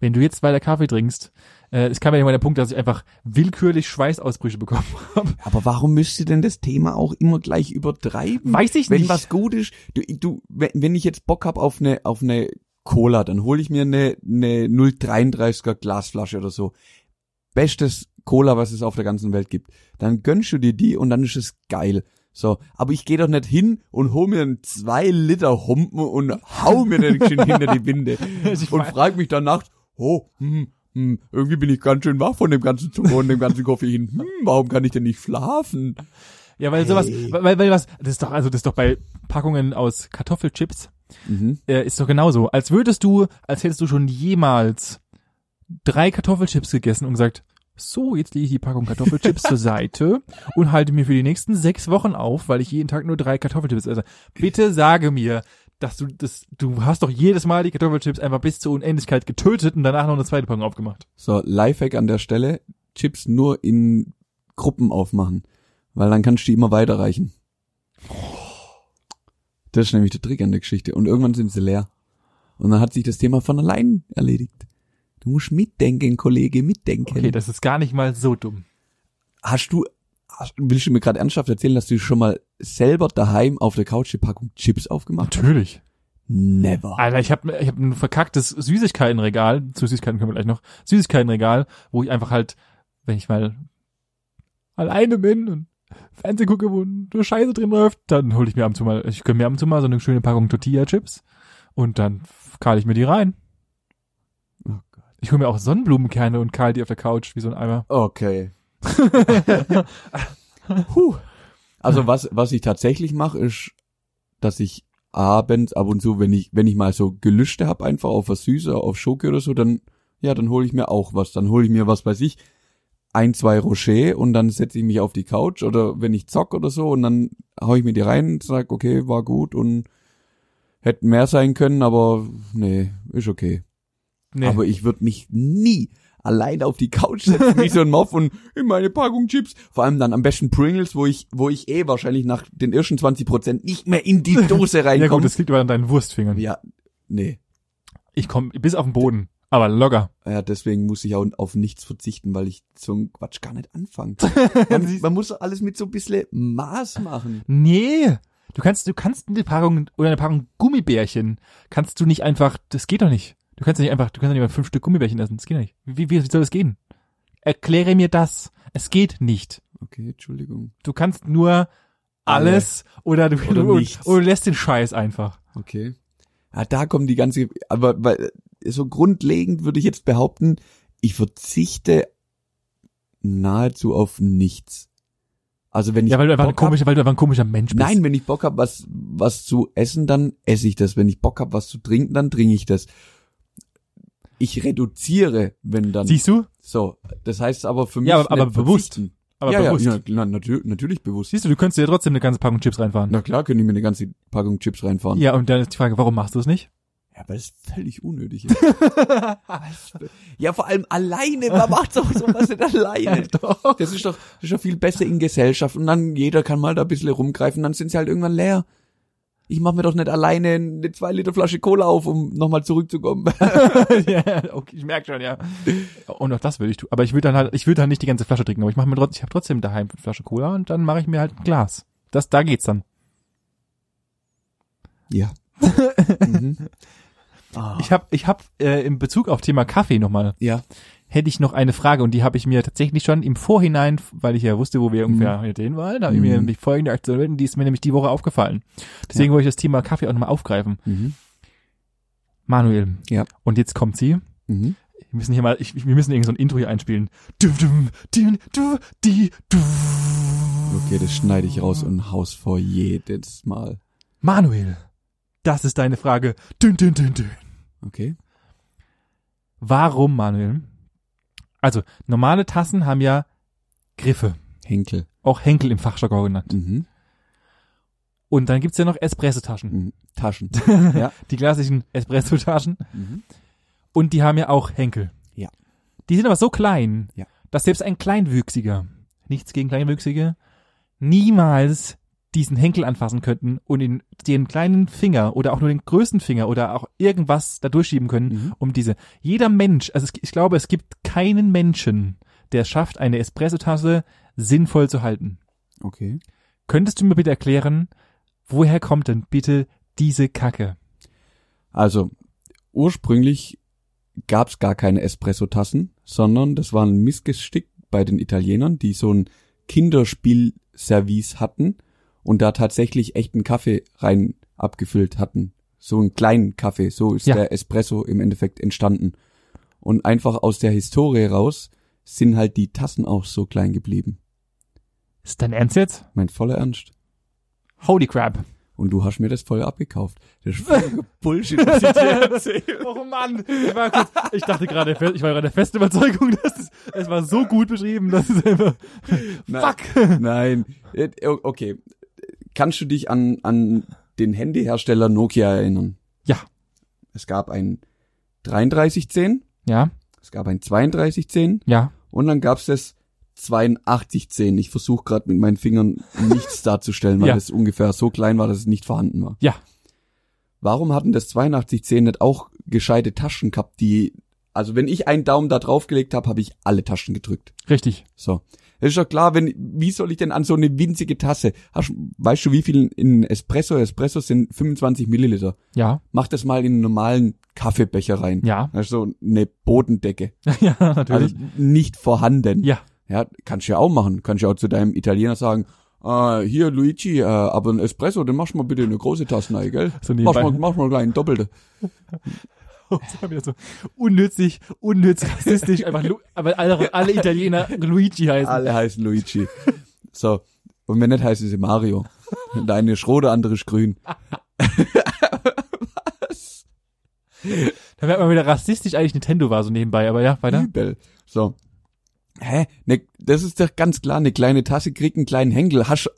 Speaker 3: wenn du jetzt weiter Kaffee trinkst, äh, es kam ja irgendwann der Punkt, dass ich einfach willkürlich Schweißausbrüche bekommen habe.
Speaker 1: Aber warum müsst ihr denn das Thema auch immer gleich übertreiben?
Speaker 3: Weiß ich
Speaker 1: Hm. wenn
Speaker 3: nicht.
Speaker 1: was gut ist, du, du, wenn, wenn ich jetzt Bock hab auf eine auf eine Cola, dann hole ich mir ne, eine, eine 0,33er Glasflasche oder so. Bestes Cola, was es auf der ganzen Welt gibt. Dann gönnst du dir die und dann ist es geil. So, aber ich gehe doch nicht hin und hol mir einen 2 Liter Humpen und hau mir den schön hinter die Binde
Speaker 3: Also Ich
Speaker 1: und
Speaker 3: weiß-
Speaker 1: frag mich danach, oh, hm, hm, irgendwie bin ich ganz schön wach von dem ganzen Zucker und dem ganzen Koffein. Hm, warum kann ich denn nicht schlafen?
Speaker 3: Ja, weil sowas,
Speaker 1: Hey.
Speaker 3: weil, weil was, das ist doch, also das ist doch bei Packungen aus Kartoffelchips,
Speaker 1: Mhm.
Speaker 3: äh, ist doch genauso. Als würdest du, als hättest du schon jemals drei Kartoffelchips gegessen und gesagt, so, jetzt lege ich die Packung Kartoffelchips zur Seite und halte mir für die nächsten sechs Wochen auf, weil ich jeden Tag nur drei Kartoffelchips esse. Bitte sage mir, dass du das, du hast doch jedes Mal die Kartoffelchips einfach bis zur Unendlichkeit getötet und danach noch eine zweite Packung aufgemacht.
Speaker 1: So, Lifehack an der Stelle, Chips nur in Gruppen aufmachen, weil dann kannst du die immer weiterreichen. Das ist nämlich der Trick an der Geschichte. Und irgendwann sind sie leer. Und dann hat sich das Thema von allein erledigt. Du musst mitdenken, Kollege, mitdenken.
Speaker 3: Okay, das ist gar nicht mal so dumm.
Speaker 1: hast du, hast, willst du mir gerade ernsthaft erzählen, dass du schon mal selber daheim auf der Couch die Packung Chips aufgemacht hast?
Speaker 3: Natürlich.
Speaker 1: Never.
Speaker 3: Alter, ich habe ich hab ein verkacktes Süßigkeitenregal, zu Süßigkeiten können wir gleich noch, Süßigkeitenregal, wo ich einfach halt, wenn ich mal alleine bin und Fernsehen gucke, wo nur Scheiße drin läuft, dann hole ich mir ab und zu mal, ich gönne mir ab und zu mal so eine schöne Packung Tortilla-Chips und dann kahle ich mir die rein.
Speaker 1: Oh Gott.
Speaker 3: Ich hole mir auch Sonnenblumenkerne und kahle die auf der Couch wie so ein Eimer.
Speaker 1: Okay. Puh. Also was, was ich tatsächlich mache, ist, dass ich abends ab und zu, wenn ich, wenn ich mal so Gelüschte hab, einfach auf was Süßes, auf Schoki oder so, dann, ja, dann hole ich mir auch was. Dann hole ich mir was bei sich, ein, zwei Rocher und dann setze ich mich auf die Couch oder wenn ich zock oder so und dann hau ich mir die rein und sag, okay, war gut und hätten mehr sein können, aber nee, ist okay.
Speaker 3: Nee.
Speaker 1: Aber ich würde mich nie allein auf die Couch setzen, wie so ein Moff und in meine Packung Chips. Vor allem dann am besten Pringles, wo ich, wo ich eh wahrscheinlich nach den ersten 20 Prozent nicht mehr in die Dose
Speaker 3: ja gut,
Speaker 1: reinkomme.
Speaker 3: das liegt aber an deinen Wurstfingern.
Speaker 1: Ja, nee.
Speaker 3: Ich komme bis auf den Boden, aber locker.
Speaker 1: Ja, deswegen muss ich auch auf nichts verzichten, weil ich zum Quatsch gar nicht anfange. Man, man muss alles mit so ein bisschen Maß machen.
Speaker 3: Nee, du kannst, du kannst eine Paarung oder eine Paarung Gummibärchen kannst du nicht einfach, das geht doch nicht. Du kannst doch nicht einfach, du kannst doch nicht mal fünf Stück Gummibärchen essen, das geht doch nicht. Wie, wie, wie soll das gehen? Erkläre mir das. Es geht nicht.
Speaker 1: Okay, Entschuldigung.
Speaker 3: Du kannst nur alles oder du
Speaker 1: Oder
Speaker 3: oder,
Speaker 1: nichts.
Speaker 3: oder du lässt den Scheiß einfach.
Speaker 1: Okay. Ja, da kommen die ganze, aber weil, so grundlegend würde ich jetzt behaupten, ich verzichte nahezu auf nichts. Also wenn ich
Speaker 3: Ja, weil du einfach ein
Speaker 1: Bock hab-
Speaker 3: komischer, weil du einfach ein komischer Mensch bist.
Speaker 1: Nein, wenn ich Bock hab, was, was zu essen, dann esse ich das. Wenn ich Bock hab, was zu trinken, dann trinke ich das. Ich reduziere, wenn dann.
Speaker 3: Siehst du?
Speaker 1: so, das heißt aber für mich.
Speaker 3: Ja, aber-
Speaker 1: nicht
Speaker 3: aber bewusst.
Speaker 1: verzichten.
Speaker 3: Aber
Speaker 1: ja,
Speaker 3: bewusst.
Speaker 1: ja, ja na, natür natürlich bewusst.
Speaker 3: Siehst du, du könntest dir trotzdem eine ganze Packung Chips reinfahren.
Speaker 1: Na klar, können die mir eine ganze Packung Chips reinfahren.
Speaker 3: Ja, und dann ist die Frage, warum machst du es nicht?
Speaker 1: Ja, weil es völlig unnötig ist. ja, vor allem alleine. Man macht doch sowas nicht alleine.
Speaker 3: doch.
Speaker 1: Das ist doch, das ist doch viel besser in Gesellschaft. Und dann jeder kann mal da ein bisschen rumgreifen. Dann sind sie halt irgendwann leer. Ich mache mir doch nicht alleine eine zwei Liter Flasche Cola auf, um nochmal zurückzukommen.
Speaker 3: ja, okay, ich merke schon, ja. Und auch das würde ich tun. Aber ich würde dann halt, ich würde dann nicht die ganze Flasche trinken, aber ich mache mir trotzdem, ich habe trotzdem daheim eine Flasche Cola und dann mache ich mir halt ein Glas. Das, da geht's dann.
Speaker 1: Ja. mhm. ah.
Speaker 3: Ich habe, ich habe äh, im Bezug auf Thema Kaffee nochmal,
Speaker 1: Ja.
Speaker 3: hätte ich noch eine Frage und die habe ich mir tatsächlich schon im Vorhinein, weil ich ja wusste, wo wir ungefähr hier den waren, da habe ich mir
Speaker 1: Mhm.
Speaker 3: nämlich folgende Aktion, überlegt und die ist mir nämlich die Woche aufgefallen. Deswegen wollte ich das Thema Kaffee auch nochmal aufgreifen.
Speaker 1: Mhm.
Speaker 3: Manuel.
Speaker 1: Ja.
Speaker 3: Und jetzt kommt sie.
Speaker 1: Mhm.
Speaker 3: Wir müssen hier mal, ich, wir müssen irgend so ein Intro hier einspielen. Du, du, du, du, die, du.
Speaker 1: Okay, das schneide ich raus und haus vor jedes Mal.
Speaker 3: Manuel, das ist deine Frage. Dün, dün, dün, dün.
Speaker 1: Okay.
Speaker 3: Warum, Manuel? Also, normale Tassen haben ja Griffe,
Speaker 1: Henkel.
Speaker 3: auch Henkel im Fachjargon genannt.
Speaker 1: Mhm.
Speaker 3: Und dann gibt's ja noch Espressotaschen,
Speaker 1: Mhm. Taschen.
Speaker 3: die klassischen Espressotaschen.
Speaker 1: Mhm.
Speaker 3: Und die haben ja auch Henkel.
Speaker 1: Ja.
Speaker 3: Die sind aber so klein,
Speaker 1: Ja.
Speaker 3: dass selbst ein Kleinwüchsiger, nichts gegen Kleinwüchsige, niemals diesen Henkel anfassen könnten und in den kleinen Finger oder auch nur den größten Finger oder auch irgendwas da durchschieben können,
Speaker 1: Mhm.
Speaker 3: um diese. Jeder Mensch, also es, ich glaube, es gibt keinen Menschen, der es schafft, eine Espressotasse sinnvoll zu halten.
Speaker 1: Okay.
Speaker 3: Könntest du mir bitte erklären, woher kommt denn bitte diese Kacke?
Speaker 1: Also, ursprünglich gab's gar keine Espresso-Tassen, sondern das war ein Missgeschick bei den Italienern, die so ein Kinderspielservice hatten und da tatsächlich echten Kaffee rein abgefüllt hatten. So einen kleinen Kaffee, so ist
Speaker 3: Ja.
Speaker 1: der Espresso im Endeffekt entstanden. Und einfach aus der Historie raus sind halt die Tassen auch so klein geblieben.
Speaker 3: Ist dein Ernst jetzt?
Speaker 1: Mein voller Ernst.
Speaker 3: Holy crap.
Speaker 1: Und du hast mir das voll abgekauft. Das ist völliger Bullshit, was ich dir erzähle.
Speaker 3: Oh Mann, ich, war kurz, ich dachte gerade, fe- ich war gerade der festen Überzeugung, dass es, es war so gut beschrieben, dass es einfach,
Speaker 1: Nein.
Speaker 3: fuck.
Speaker 1: Nein. Äh, o- Okay. Kannst du dich an, an den Handyhersteller Nokia erinnern?
Speaker 3: Ja.
Speaker 1: Es gab ein 3310,
Speaker 3: Ja,
Speaker 1: es gab ein 3210
Speaker 3: ja.
Speaker 1: und dann gab's das 8210. Ich versuche gerade mit meinen Fingern nichts darzustellen, weil
Speaker 3: Ja.
Speaker 1: das ungefähr so klein war, dass es nicht vorhanden war.
Speaker 3: Ja.
Speaker 1: Warum hatten das 8210 nicht auch gescheite Taschen gehabt, die, also wenn ich einen Daumen da draufgelegt habe, habe ich alle Taschen gedrückt.
Speaker 3: Richtig.
Speaker 1: So. Das ist doch klar, wenn, wie soll ich denn an so eine winzige Tasse, hast, weißt du, wie viel in Espresso, Espresso sind 25 Milliliter.
Speaker 3: Ja,
Speaker 1: Mach das mal in einen normalen Kaffeebecher rein.
Speaker 3: ja.
Speaker 1: Das ist so eine Bodendecke.
Speaker 3: ja,
Speaker 1: Also
Speaker 3: natürlich.
Speaker 1: nicht vorhanden.
Speaker 3: ja,
Speaker 1: Ja, kannst du ja auch machen. Kannst ja auch zu deinem Italiener sagen, äh, hier Luigi, äh, aber ein Espresso, den machst du mal bitte eine große Tasse rein, gell?
Speaker 3: So
Speaker 1: Mach
Speaker 3: nebenbei.
Speaker 1: mal, mach mal gleich einen Doppelte.
Speaker 3: Das war wieder so unnützig, unnütz, rassistisch, einfach, Lu aber alle, alle Italiener Luigi heißen.
Speaker 1: Alle heißen Luigi. So. Und wenn nicht, heißen sie Mario. Der eine ist rot, der andere ist grün.
Speaker 3: Da merkt man wieder rassistisch eigentlich Nintendo war so nebenbei, aber ja, weiter.
Speaker 1: Übel. So. Hä? Ne, das ist doch ganz klar, eine kleine Tasse kriegt einen kleinen Henkel. Hasch.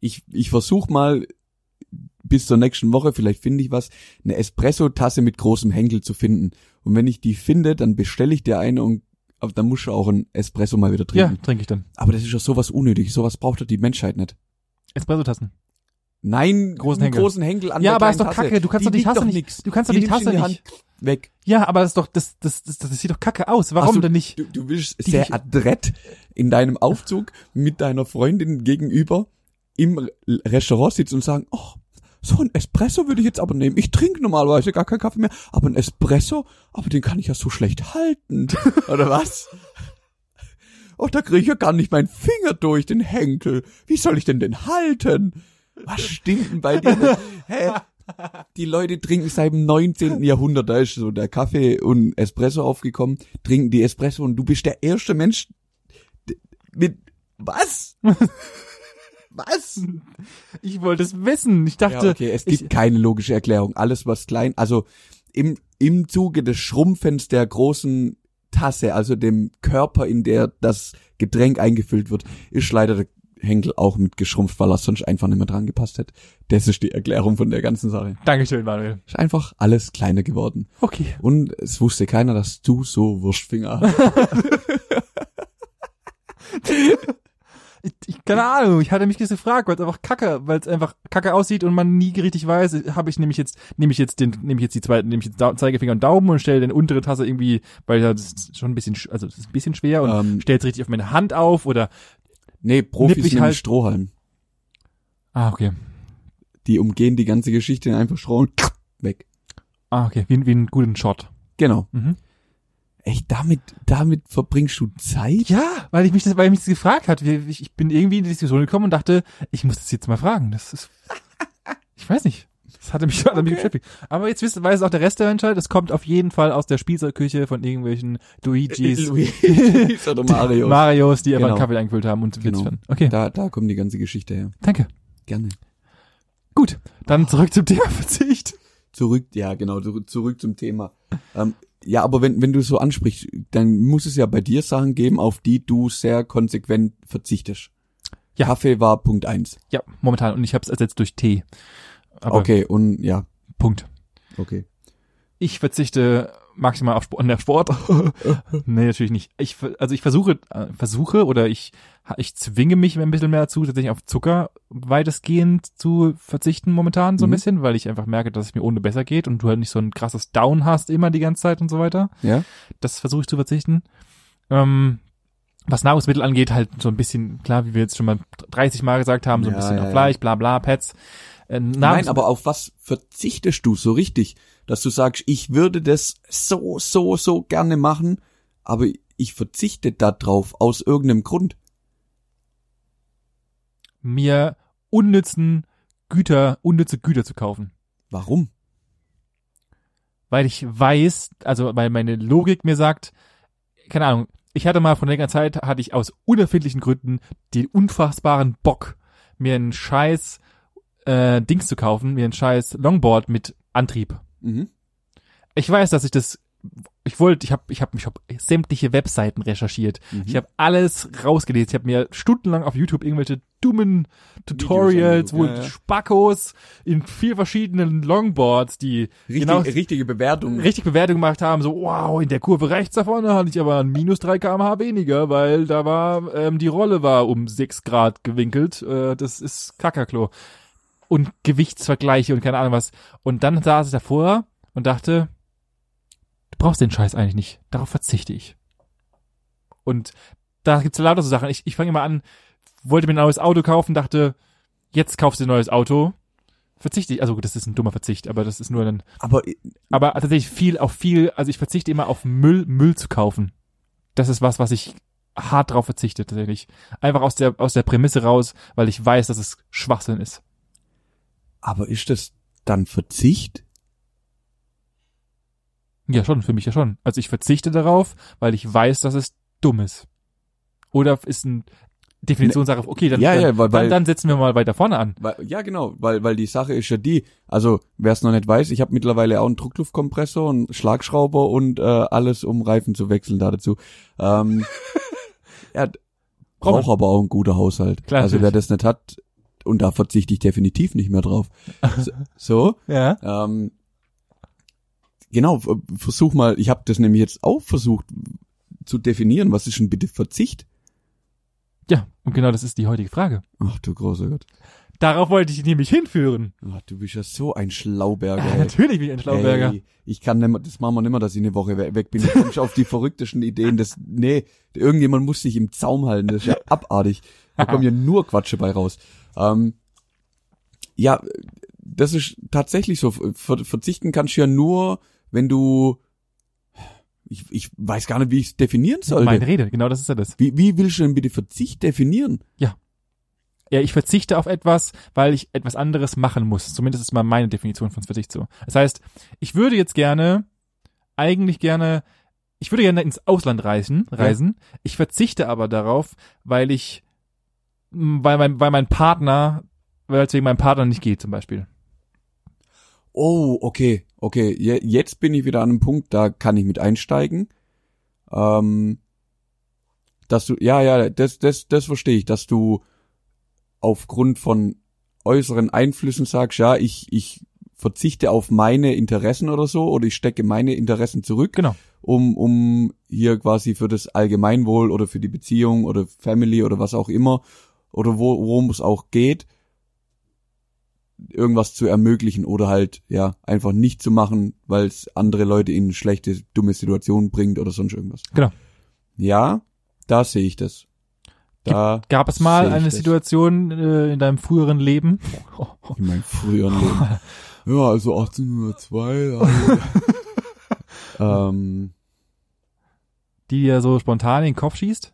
Speaker 1: Ich, ich versuch mal bis zur nächsten Woche, vielleicht finde ich was, eine Espresso-Tasse mit großem Henkel zu finden. Und wenn ich die finde, dann bestelle ich dir eine und aber dann musst du auch einen Espresso mal wieder
Speaker 3: Ja,
Speaker 1: trinken.
Speaker 3: trinke ich dann.
Speaker 1: Aber das ist doch sowas unnötig. Sowas braucht doch die Menschheit nicht.
Speaker 3: Espresso-Tassen.
Speaker 1: Nein,
Speaker 3: Großen
Speaker 1: einen
Speaker 3: Henkel.
Speaker 1: großen Henkel an
Speaker 3: Ja,
Speaker 1: der
Speaker 3: aber ist
Speaker 1: kleinen
Speaker 3: doch
Speaker 1: Tasse.
Speaker 3: Kacke, du kannst doch die
Speaker 1: wiegt
Speaker 3: Tasse nicht-
Speaker 1: nix.
Speaker 3: du kannst doch die
Speaker 1: nimmst
Speaker 3: Tasse
Speaker 1: in
Speaker 3: nicht-
Speaker 1: Hand. weg.
Speaker 3: Ja, aber das ist doch, das, das, das, das sieht doch kacke aus. Warum
Speaker 1: Ach so,
Speaker 3: denn nicht?
Speaker 1: Du, du bist
Speaker 3: Die-
Speaker 1: sehr adrett in deinem Aufzug mit deiner Freundin gegenüber im R- Restaurant sitzen und sagen, oh, so ein Espresso würde ich jetzt aber nehmen. Ich trinke normalerweise gar keinen Kaffee mehr, aber ein Espresso, aber den kann ich ja so schlecht halten. Oder was? Oh, da kriege ich ja gar nicht meinen Finger durch den Henkel. Wie soll ich denn den halten? Was stinkt denn bei dir? Hä? Die Leute trinken seit dem 19. Jahrhundert, da ist so der Kaffee und Espresso aufgekommen, trinken die Espresso und du bist der erste Mensch d- mit was? was?
Speaker 3: Ich wollte es wissen. Ich dachte,
Speaker 1: Ja, okay, es gibt
Speaker 3: ich,
Speaker 1: keine logische Erklärung. Alles was klein, also im im Zuge des Schrumpfens der großen Tasse, also dem Körper, in der das Getränk eingefüllt wird, ist leider der Henkel auch mit geschrumpft, weil er sonst einfach nicht mehr dran gepasst hätte. Das ist die Erklärung von der ganzen Sache.
Speaker 3: Dankeschön, Manuel.
Speaker 1: Ist einfach alles kleiner geworden.
Speaker 3: Okay.
Speaker 1: Und es wusste keiner, dass du so Wurstfinger hast.
Speaker 3: Ich, ich, keine Ahnung, ich hatte mich das gefragt, weil es einfach kacke, weil es einfach kacke aussieht und man nie richtig weiß, habe ich nämlich jetzt, nehme ich jetzt den, nehme ich jetzt die zweiten, nehme ich jetzt Dau- Zeigefinger und Daumen und stelle den untere Tasse irgendwie, weil ja, das ist schon ein bisschen, sch- also das ist ein bisschen schwer und
Speaker 1: Ähm.
Speaker 3: stelle es richtig auf meine Hand auf oder,
Speaker 1: nee,
Speaker 3: Nipp
Speaker 1: Profis
Speaker 3: ich
Speaker 1: nehmen
Speaker 3: halt-
Speaker 1: Strohhalm.
Speaker 3: ah, okay.
Speaker 1: Die umgehen die ganze Geschichte in einfach Stroh und weg.
Speaker 3: Ah, okay, wie, wie einen guten Shot.
Speaker 1: Genau.
Speaker 3: Mhm.
Speaker 1: Echt, damit, damit verbringst du Zeit?
Speaker 3: Ja, weil ich mich das, weil mich das gefragt hat. Wir- Ich, ich bin irgendwie in die Diskussion gekommen und dachte, ich muss das jetzt mal fragen. Das ist, ich weiß nicht. Das hatte mich, hatte mich
Speaker 1: Okay.
Speaker 3: beschäftigt. Aber jetzt wisst, weiß es auch der Rest der Menschheit. Es kommt auf jeden Fall aus der Spießerküche von irgendwelchen Luigis,
Speaker 1: Luis oder Mario.
Speaker 3: Marios, die einfach
Speaker 1: Genau.
Speaker 3: einen Kaffee eingefüllt haben und
Speaker 1: Genau.
Speaker 3: Witz fanden. Okay,
Speaker 1: Da, da kommt die ganze Geschichte her.
Speaker 3: danke.
Speaker 1: Gerne.
Speaker 3: Gut, dann zurück zum Thema Verzicht.
Speaker 1: Zurück, ja, genau, zurück, zurück zum Thema. Ähm, ja, aber wenn, wenn du so ansprichst, dann muss es ja bei dir Sachen geben, auf die du sehr konsequent verzichtest.
Speaker 3: Ja.
Speaker 1: Kaffee war Punkt eins.
Speaker 3: Ja, momentan. Und ich habe es ersetzt durch Tee. Aber okay.
Speaker 1: Okay, und ja,
Speaker 3: Punkt.
Speaker 1: okay.
Speaker 3: ich verzichte maximal auf Sport, an der Sport. nee, natürlich nicht. Ich, ver- also ich versuche, äh, versuche oder ich, ha- ich zwinge mich ein bisschen mehr dazu, tatsächlich auf Zucker weitestgehend zu verzichten momentan so ein
Speaker 1: Mhm.
Speaker 3: bisschen, weil ich einfach merke, dass es mir ohne besser geht und du halt nicht so ein krasses Down hast immer die ganze Zeit und so weiter.
Speaker 1: Ja.
Speaker 3: Das versuche ich zu verzichten. Ähm, was Nahrungsmittel angeht, halt so ein bisschen, klar, wie wir jetzt schon mal 30 Mal gesagt haben, so ein
Speaker 1: Ja,
Speaker 3: bisschen
Speaker 1: ja,
Speaker 3: auf
Speaker 1: ja.
Speaker 3: Fleisch, bla bla, Pets. Äh,
Speaker 1: Nein,
Speaker 3: Nahrungs-
Speaker 1: aber auf was verzichtest du so richtig? Dass du sagst, ich würde das so, so, so gerne machen, aber ich verzichte da drauf aus irgendeinem Grund.
Speaker 3: mir unnützen Güter, unnütze Güter zu kaufen.
Speaker 1: Warum?
Speaker 3: Weil ich weiß, also weil meine Logik mir sagt, keine Ahnung, ich hatte mal vor längerer Zeit, hatte ich aus unerfindlichen Gründen den unfassbaren Bock, mir einen scheiß äh, Dings zu kaufen, mir einen scheiß Longboard mit Antrieb.
Speaker 1: Mhm.
Speaker 3: Ich weiß, dass ich das, ich wollte, ich habe ich hab, ich hab sämtliche Webseiten recherchiert.
Speaker 1: Mhm.
Speaker 3: Ich habe alles rausgelesen. Ich habe mir stundenlang auf YouTube irgendwelche dummen Tutorials,
Speaker 1: angeguckt,
Speaker 3: wo
Speaker 1: ja, ja.
Speaker 3: Spackos in vier verschiedenen Longboards, die
Speaker 1: Richtig,
Speaker 3: genau
Speaker 1: richtige Bewertung.
Speaker 3: richtig Bewertung gemacht haben, so wow, in der Kurve rechts davon hatte ich aber ein minus 3 kmh weniger, weil da war, ähm, die Rolle war um 6 Grad gewinkelt. Äh, das ist Kackerklo. Und Gewichtsvergleiche und keine Ahnung was. Und dann saß ich davor und dachte, du brauchst den Scheiß eigentlich nicht. Darauf verzichte ich. Und da gibt's lauter so Sachen. Ich, ich fange immer an, wollte mir ein neues Auto kaufen, dachte, jetzt kaufst du ein neues Auto. Verzichte ich. Also gut, das ist ein dummer Verzicht, aber das ist nur ein
Speaker 1: Aber
Speaker 3: aber tatsächlich viel, auch viel, also ich verzichte immer auf Müll, Müll zu kaufen. Das ist was, was ich hart drauf verzichtet tatsächlich. Einfach aus der, aus der Prämisse raus, weil ich weiß, dass es Schwachsinn ist.
Speaker 1: Aber ist das dann Verzicht?
Speaker 3: Ja, schon, für mich ja schon. Also ich verzichte darauf, weil ich weiß, dass es dumm ist. Oder ist ein Definitionssache, okay, dann,
Speaker 1: Ne. Ja, ja,
Speaker 3: dann,
Speaker 1: weil- weil-
Speaker 3: dann, dann setzen wir mal weiter vorne an.
Speaker 1: Weil, ja, genau, weil, weil die Sache ist ja die, also wer es noch nicht weiß, ich habe mittlerweile auch einen Druckluftkompressor, einen Schlagschrauber und äh, alles, um Reifen zu wechseln da dazu. Ähm, ja, d- braucht aber auch ein guter Haushalt.
Speaker 3: Klar,
Speaker 1: also wer
Speaker 3: natürlich.
Speaker 1: das nicht hat, und da verzichte ich definitiv nicht mehr drauf. So- So,
Speaker 3: Ja.
Speaker 1: ähm, genau, v- versuch mal, ich habe das nämlich jetzt auch versucht zu definieren, was ist denn bitte Verzicht?
Speaker 3: Ja, und genau das ist die heutige Frage.
Speaker 1: Ach du großer Gott.
Speaker 3: Darauf wollte ich nämlich hinführen.
Speaker 1: Ach, du bist ja so ein Schlauberger.
Speaker 3: Ah,
Speaker 1: ey.
Speaker 3: natürlich bin ich ein Schlauberger.
Speaker 1: Ey, ich kann nimmer, das machen wir nimmer, dass ich eine Woche we- weg bin. Ich komm schon auf die verrücktesten Ideen. Das, nee, irgendjemand muss sich im Zaum halten. Das ist ja abartig. Da kommen ja nur Quatsche bei raus. Ähm, ja, das ist tatsächlich so. Ver verzichten kannst du ja nur, wenn du, ich, ich weiß gar nicht, wie ich es definieren
Speaker 3: Meine
Speaker 1: sollte.
Speaker 3: Rede, genau das ist ja das.
Speaker 1: Wie, wie willst du denn bitte Verzicht definieren?
Speaker 3: Ja, ich verzichte auf etwas, weil ich etwas anderes machen muss. Zumindest ist mal meine Definition von Verzicht so. Das heißt, ich würde jetzt gerne, eigentlich gerne, ich würde gerne ins Ausland reisen, reisen. Ich verzichte aber darauf, weil ich, m, weil mein, weil mein Partner, weil es wegen meinem Partner nicht geht, zum Beispiel.
Speaker 1: Oh, okay, okay. Je, jetzt bin ich wieder an einem Punkt, da kann ich mit einsteigen. Ähm, dass du, ja, ja, das, das, das verstehe ich, dass du aufgrund von äußeren Einflüssen sagst, ja, ich, ich verzichte auf meine Interessen oder so, oder ich stecke meine Interessen zurück,
Speaker 3: Genau.
Speaker 1: um, um hier quasi für das Allgemeinwohl oder für die Beziehung oder Family oder was auch immer, oder wo, worum es auch geht, irgendwas zu ermöglichen oder halt, ja, einfach nicht zu machen, weil es andere Leute in schlechte, dumme Situationen bringt oder sonst irgendwas.
Speaker 3: Genau.
Speaker 1: Ja, da sehe ich das. Da,
Speaker 3: Gab es mal
Speaker 1: Sehe ich
Speaker 3: eine
Speaker 1: das.
Speaker 3: Situation äh, in deinem früheren Leben?
Speaker 1: in meinem früheren Leben. Ja, also 1802. Also, ähm,
Speaker 3: die dir so spontan in den Kopf schießt?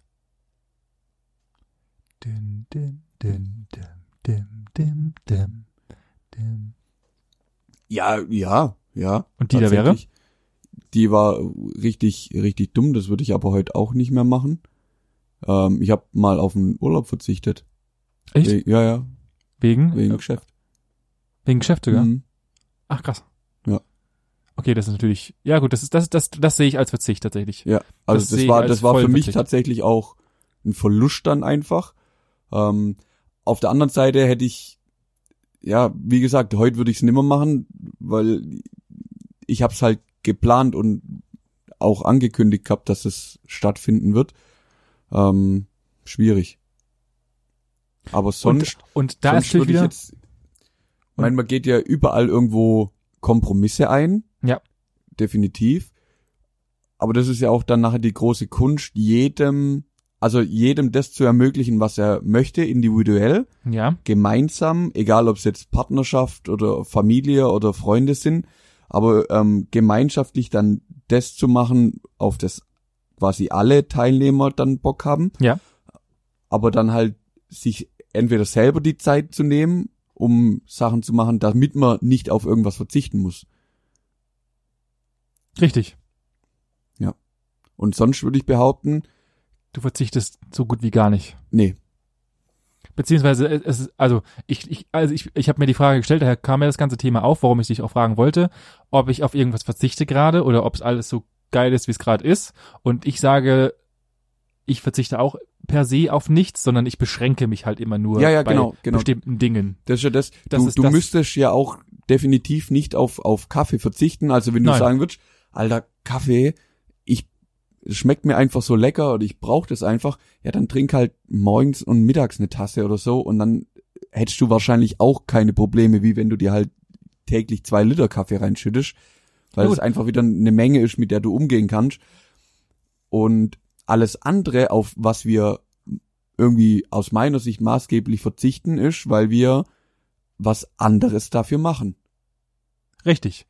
Speaker 3: Dim, dim, dim, dim, dim, dim, dim, dim.
Speaker 1: ja, ja, ja.
Speaker 3: Und die da wäre?
Speaker 1: tatsächlich. Die war richtig, richtig dumm. Das würde ich aber heute auch nicht mehr machen. Ähm, ich habe mal auf einen Urlaub verzichtet.
Speaker 3: Echt?
Speaker 1: We- Ja, ja,
Speaker 3: Wegen?
Speaker 1: wegen
Speaker 3: Äh,
Speaker 1: Geschäft.
Speaker 3: wegen Geschäft sogar?
Speaker 1: Mhm.
Speaker 3: Ach, krass.
Speaker 1: Ja.
Speaker 3: Okay, das ist natürlich, ja gut, das ist, das, das, das sehe ich als Verzicht tatsächlich.
Speaker 1: Ja,
Speaker 3: Das
Speaker 1: also das,
Speaker 3: sehe ich
Speaker 1: war,
Speaker 3: als
Speaker 1: das war für mich
Speaker 3: Vollverzicht.
Speaker 1: tatsächlich auch ein Verlust dann einfach. Ähm, auf der anderen Seite hätte ich, ja, wie gesagt, heute würde ich es nimmer machen, weil ich habe es halt geplant und auch angekündigt gehabt, dass es stattfinden wird. Ähm, schwierig. Aber sonst,
Speaker 3: und, und da ist
Speaker 1: sonst
Speaker 3: natürlich
Speaker 1: würde ich
Speaker 3: wieder,
Speaker 1: jetzt, ich meine, man geht ja überall irgendwo Kompromisse ein.
Speaker 3: Ja.
Speaker 1: Definitiv. Aber das ist ja auch dann nachher die große Kunst, jedem, also jedem das zu ermöglichen, was er möchte, individuell,
Speaker 3: ja,
Speaker 1: gemeinsam, egal ob es jetzt Partnerschaft oder Familie oder Freunde sind, aber ähm, gemeinschaftlich dann das zu machen, auf das quasi alle Teilnehmer dann Bock haben.
Speaker 3: Ja.
Speaker 1: Aber dann halt sich entweder selber die Zeit zu nehmen, um Sachen zu machen, damit man nicht auf irgendwas verzichten muss.
Speaker 3: richtig.
Speaker 1: Und sonst würde ich behaupten,
Speaker 3: Du verzichtest so gut wie gar nicht.
Speaker 1: nee,
Speaker 3: Beziehungsweise es ist, also ich, ich, also ich, ich habe mir die Frage gestellt, daher kam mir das ganze Thema auf, warum ich dich auch fragen wollte, ob ich auf irgendwas verzichte gerade oder ob es alles so geil ist, wie es gerade ist. Und ich sage, ich verzichte auch per se auf nichts, sondern ich beschränke mich halt immer nur
Speaker 1: Ja, ja,
Speaker 3: bei
Speaker 1: genau, genau.
Speaker 3: bestimmten Dingen.
Speaker 1: Das ist ja das.
Speaker 3: Das
Speaker 1: du
Speaker 3: ist
Speaker 1: du
Speaker 3: das-
Speaker 1: müsstest ja auch definitiv nicht auf, auf Kaffee verzichten. Also wenn du
Speaker 3: Nein.
Speaker 1: sagen würdest, alter Kaffee, ich es schmeckt mir einfach so lecker oder ich brauche das einfach, ja, dann trink halt morgens und mittags eine Tasse oder so und dann hättest du wahrscheinlich auch keine Probleme, wie wenn du dir halt täglich zwei Liter Kaffee reinschüttest, weil
Speaker 3: Gut.
Speaker 1: es einfach wieder eine Menge ist, mit der du umgehen kannst. Und alles andere, auf was wir irgendwie aus meiner Sicht maßgeblich verzichten, ist, weil wir was anderes dafür machen.
Speaker 3: Richtig.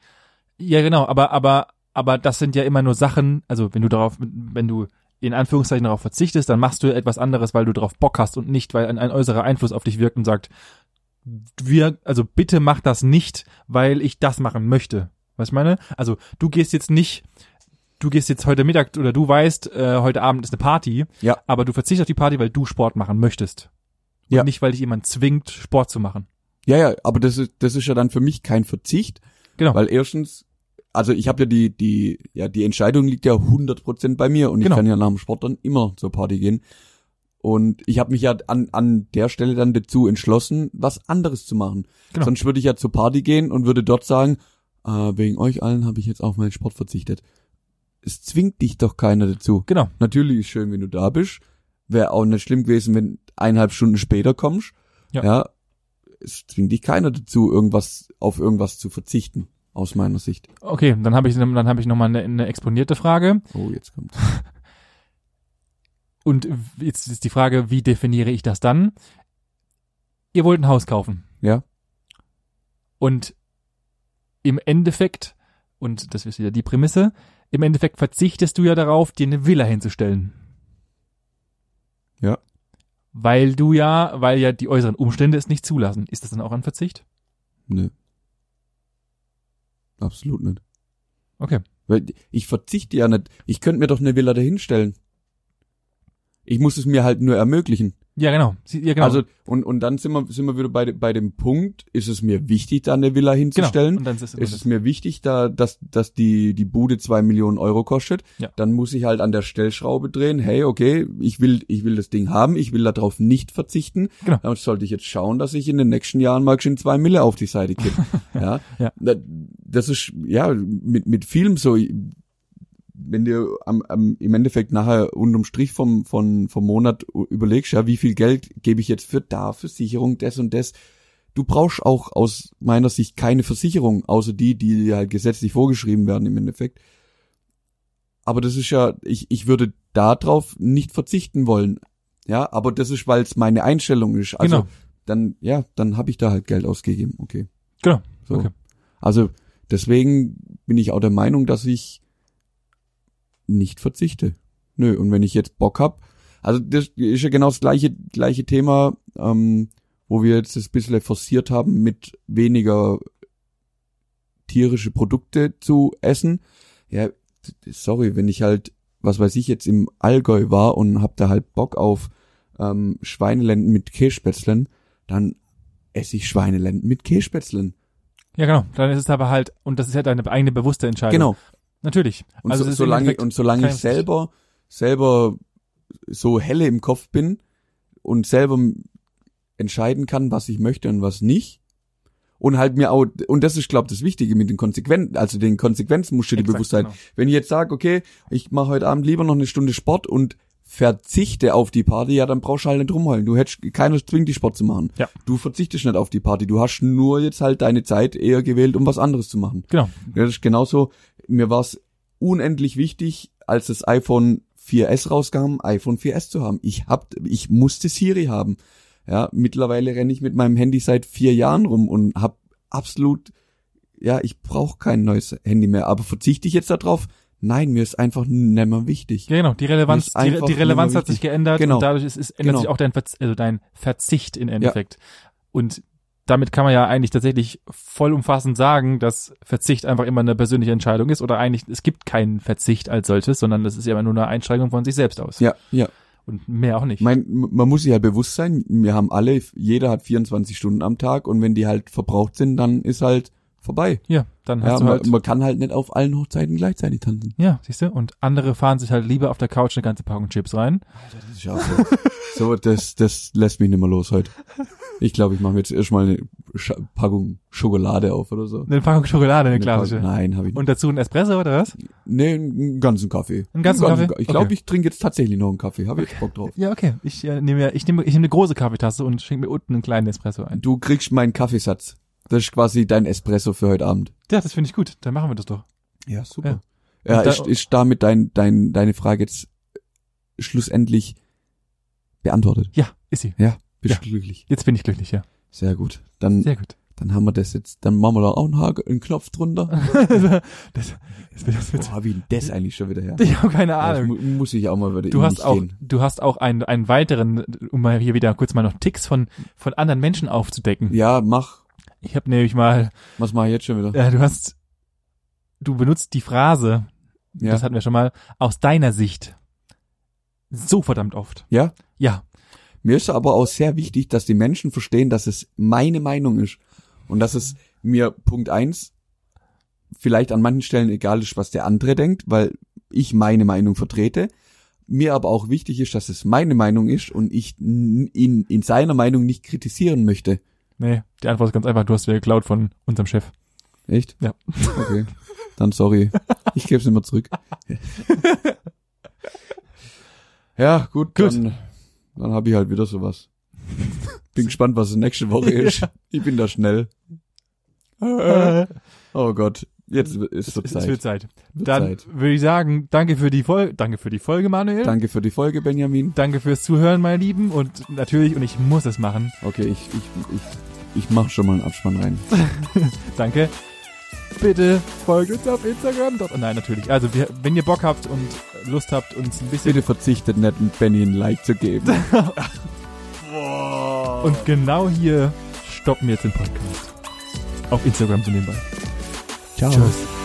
Speaker 3: Ja, genau, aber, aber, aber das sind ja immer nur Sachen, also wenn du darauf, wenn du in Anführungszeichen darauf verzichtest, dann machst du etwas anderes, weil du darauf Bock hast und nicht, weil ein, ein äußerer Einfluss auf dich wirkt und sagt, wir, also bitte mach das nicht, weil ich das machen möchte. Weißt du meine? Also du gehst jetzt nicht, du gehst jetzt heute Mittag oder du weißt, äh, heute Abend ist eine Party,
Speaker 1: Ja.
Speaker 3: aber du verzichtest auf die Party, weil du Sport machen möchtest. Und
Speaker 1: Ja.
Speaker 3: nicht, weil dich jemand zwingt, Sport zu machen.
Speaker 1: Ja, ja, aber das ist, das ist ja dann für mich kein Verzicht,
Speaker 3: Genau.
Speaker 1: weil erstens, also ich habe ja die, die, ja, die Entscheidung liegt ja 100% bei mir und
Speaker 3: Genau.
Speaker 1: ich kann ja nach dem Sport dann immer zur Party gehen. Und ich habe mich ja an, an der Stelle dann dazu entschlossen, was anderes zu machen.
Speaker 3: Genau.
Speaker 1: Sonst würde ich ja zur Party gehen und würde dort sagen, äh, wegen euch allen habe ich jetzt auf meinen Sport verzichtet. Es zwingt dich doch keiner dazu.
Speaker 3: genau.
Speaker 1: Natürlich ist schön, wenn du da bist. Wäre auch nicht schlimm gewesen, wenn eineinhalb Stunden später kommst.
Speaker 3: Ja.
Speaker 1: Ja. Es zwingt dich keiner dazu, irgendwas auf irgendwas zu verzichten, aus meiner Sicht.
Speaker 3: Okay, dann habe ich, dann habe ich nochmal eine, eine exponierte Frage.
Speaker 1: Oh, jetzt kommt.
Speaker 3: Und jetzt ist die Frage, wie definiere ich das dann? Ihr wollt ein Haus kaufen.
Speaker 1: Ja.
Speaker 3: Und im Endeffekt, und das ist wieder die Prämisse, im Endeffekt verzichtest du ja darauf, dir eine Villa hinzustellen.
Speaker 1: Ja.
Speaker 3: Weil du ja, weil ja die äußeren Umstände es nicht zulassen. Ist das dann auch ein Verzicht?
Speaker 1: Nö. Absolut nicht.
Speaker 3: Okay.
Speaker 1: Weil ich verzichte ja nicht. Ich könnte mir doch eine Villa dahinstellen. Ich muss es mir halt nur ermöglichen.
Speaker 3: Ja, genau. Sie- Ja, genau.
Speaker 1: Also, und, und dann sind wir, sind wir wieder bei, de- bei dem Punkt, ist es mir wichtig, da eine Villa
Speaker 3: genau.
Speaker 1: hinzustellen?
Speaker 3: Und dann ist es,
Speaker 1: ist es mir wichtig, da, dass, dass die, die Bude zwei Millionen Euro kostet,
Speaker 3: Ja.
Speaker 1: dann muss ich halt an der Stellschraube drehen, hey, okay, ich will, ich will das Ding haben, ich will darauf nicht verzichten,
Speaker 3: Genau.
Speaker 1: dann sollte ich jetzt schauen, dass ich in den nächsten Jahren mal schon zwei Mille auf die Seite kippe. ja.
Speaker 3: Ja.
Speaker 1: Da- Das ist, ja, mit, mit vielem so, wenn dir am, am, im Endeffekt nachher unterm Strich vom, von, vom Monat u- überlegst, ja, wie viel Geld gebe ich jetzt für da, Versicherung, das und das, du brauchst auch aus meiner Sicht keine Versicherung, außer die, die dir halt gesetzlich vorgeschrieben werden im Endeffekt. Aber das ist ja, ich, ich würde darauf nicht verzichten wollen. Ja, aber das ist, weil es meine Einstellung ist. Also
Speaker 3: Genau.
Speaker 1: dann, ja, dann habe ich da halt Geld ausgegeben. Okay.
Speaker 3: Genau.
Speaker 1: So.
Speaker 3: Okay.
Speaker 1: Also deswegen bin ich auch der Meinung, dass ich nicht verzichte. Nö, und wenn ich jetzt Bock hab, also das ist ja genau das gleiche, gleiche Thema, ähm, wo wir jetzt das bisschen forciert haben, mit weniger tierische Produkte zu essen. Ja, sorry, wenn ich halt, was weiß ich, jetzt im Allgäu war und hab da halt Bock auf ähm, Schweinelenden mit Kässpätzlen, dann esse ich Schweinelenden mit Kässpätzlen.
Speaker 3: ja, genau. Dann ist es aber halt, und das ist halt deine eigene bewusste Entscheidung.
Speaker 1: Genau.
Speaker 3: Natürlich.
Speaker 1: Und
Speaker 3: also
Speaker 1: so,
Speaker 3: es ist im
Speaker 1: solange,
Speaker 3: Endeffekt-
Speaker 1: und solange
Speaker 3: kein
Speaker 1: ich selber, selber so helle im Kopf bin und selber m- entscheiden kann, was ich möchte und was nicht. Und halt mir auch, und das ist, glaube ich, das Wichtige mit den Konsequenzen, also den Konsequenzen musst du dir
Speaker 3: Exakt,
Speaker 1: bewusst sein.
Speaker 3: genau.
Speaker 1: Wenn ich jetzt sage, okay, ich mache heute Abend lieber noch eine Stunde Sport und verzichte auf die Party, ja, dann brauchst du halt nicht rumheulen. Du hättest, keiner zwingt dich Sport zu machen.
Speaker 3: Ja.
Speaker 1: Du verzichtest nicht auf die Party. Du hast nur jetzt halt deine Zeit eher gewählt, um was anderes zu machen.
Speaker 3: Genau.
Speaker 1: Ja, das ist genauso. Mir war es unendlich wichtig, als das iPhone 4S rauskam, iPhone 4S zu haben. Ich hab, ich musste Siri haben. Ja, mittlerweile renne ich mit meinem Handy seit vier Jahren rum und hab absolut, ja, ich brauche kein neues Handy mehr. Aber verzichte ich jetzt darauf? Nein, mir ist einfach nimmer wichtig.
Speaker 3: Ja, genau. Die Relevanz,
Speaker 1: Ist
Speaker 3: die,
Speaker 1: einfach
Speaker 3: die Relevanz
Speaker 1: nur
Speaker 3: hat sich
Speaker 1: wichtig.
Speaker 3: geändert
Speaker 1: Genau.
Speaker 3: und dadurch ist, ist, ändert
Speaker 1: Genau.
Speaker 3: sich auch dein, Verz also dein Verzicht im Endeffekt. Und damit kann man ja eigentlich tatsächlich vollumfassend sagen, dass Verzicht einfach immer eine persönliche Entscheidung ist oder eigentlich, es gibt keinen Verzicht als solches, sondern das ist ja immer nur eine Einschränkung von sich selbst aus.
Speaker 1: Ja, ja.
Speaker 3: Und mehr auch nicht.
Speaker 1: Mein, m- man muss sich halt bewusst sein, wir haben alle, jeder hat 24 Stunden am Tag und wenn die halt verbraucht sind, dann ist halt vorbei.
Speaker 3: ja, dann hast
Speaker 1: Ja,
Speaker 3: du
Speaker 1: man,
Speaker 3: halt,
Speaker 1: man kann halt nicht auf allen Hochzeiten gleichzeitig tanzen.
Speaker 3: ja, siehst du? Und andere fahren sich halt lieber auf der Couch eine ganze Packung Chips rein.
Speaker 1: Das ist ja auch so. so, das, das lässt mich nicht mehr los heute. Ich glaube, ich mache mir jetzt erstmal eine Sch Packung Schokolade auf oder so.
Speaker 3: Eine Packung Schokolade, eine
Speaker 1: Packung-
Speaker 3: klassische.
Speaker 1: Nein, habe ich nicht.
Speaker 3: Und dazu ein Espresso oder was?
Speaker 1: Nee, einen ganzen Kaffee.
Speaker 3: Einen ganzen Kaffee?
Speaker 1: Ka- Ich glaube,
Speaker 3: Okay.
Speaker 1: ich trinke jetzt tatsächlich noch einen Kaffee. Habe ich Bock drauf.
Speaker 3: Ja, okay. Ich äh, nehme ja, ich nehme, ich nehme eine große Kaffeetasse und schenke mir unten einen kleinen Espresso ein.
Speaker 1: Du kriegst meinen Kaffeesatz. Das ist quasi dein Espresso für heute Abend.
Speaker 3: Ja, das finde ich gut. Dann machen wir das doch.
Speaker 1: Ja, super.
Speaker 3: Und
Speaker 1: Ja,
Speaker 3: da-
Speaker 1: ist, ist damit dein, dein, deine Frage jetzt schlussendlich beantwortet?
Speaker 3: Ja, ist sie.
Speaker 1: Ja, bist
Speaker 3: Ja.
Speaker 1: du glücklich.
Speaker 3: Jetzt bin ich glücklich, ja.
Speaker 1: Sehr gut. Dann
Speaker 3: Sehr gut.
Speaker 1: Dann haben wir das jetzt, dann machen wir da auch einen, Haken, einen Knopf drunter.
Speaker 3: das, das, wird- das wird,
Speaker 1: Wo habe ich denn das eigentlich schon wieder her?
Speaker 3: ich habe keine
Speaker 1: Das
Speaker 3: Ahnung.
Speaker 1: mu muss ich auch mal wieder
Speaker 3: Du
Speaker 1: in
Speaker 3: hast
Speaker 1: mich
Speaker 3: auch,
Speaker 1: gehen.
Speaker 3: du hast auch einen, einen weiteren, um mal hier wieder kurz mal noch Ticks von, von anderen Menschen aufzudecken.
Speaker 1: Ja, mach.
Speaker 3: Ich habe nämlich mal,
Speaker 1: Was mache ich jetzt schon wieder?
Speaker 3: äh, du hast, du benutzt die Phrase,
Speaker 1: Ja.
Speaker 3: das hatten wir schon mal, aus deiner Sicht. So verdammt oft.
Speaker 1: Ja?
Speaker 3: Ja.
Speaker 1: Mir ist aber auch sehr wichtig, dass die Menschen verstehen, dass es meine Meinung ist. Und dass es mir Punkt eins vielleicht an manchen Stellen egal ist, was der andere denkt, weil ich meine Meinung vertrete. Mir aber auch wichtig ist, dass es meine Meinung ist und ich n- ihn in seiner Meinung nicht kritisieren möchte.
Speaker 3: Nee, die Antwort ist ganz einfach, du hast wieder geklaut von unserem Chef.
Speaker 1: Echt?
Speaker 3: Ja.
Speaker 1: Okay. Dann sorry. Ich gebe es immer zurück. Ja, gut,
Speaker 3: Gut.
Speaker 1: dann, dann habe ich halt wieder sowas. Bin gespannt, was es nächste Woche ist. Ich bin da schnell.
Speaker 3: Äh,
Speaker 1: Oh Gott, jetzt ist so
Speaker 3: es, es wird
Speaker 1: Zeit.
Speaker 3: Zeit.
Speaker 1: Wird
Speaker 3: Dann
Speaker 1: Zeit.
Speaker 3: würde ich sagen, danke für die Folge, danke für die Folge, Manuel.
Speaker 1: Danke für die Folge, Benjamin.
Speaker 3: Danke fürs Zuhören, meine Lieben. Und natürlich, und ich muss es machen,
Speaker 1: Okay, ich, ich, ich, ich mache schon mal einen Abspann rein.
Speaker 3: danke. Bitte folgt uns auf Instagram. Doch, nein, natürlich. Also, wir, wenn ihr Bock habt und Lust habt, uns ein bisschen
Speaker 1: Bitte verzichtet nicht, Benny ein Like zu geben.
Speaker 3: Und genau hier stoppen wir jetzt den Podcast. Auf Instagram zu nebenbei.
Speaker 1: Ciao.
Speaker 3: Tschüss.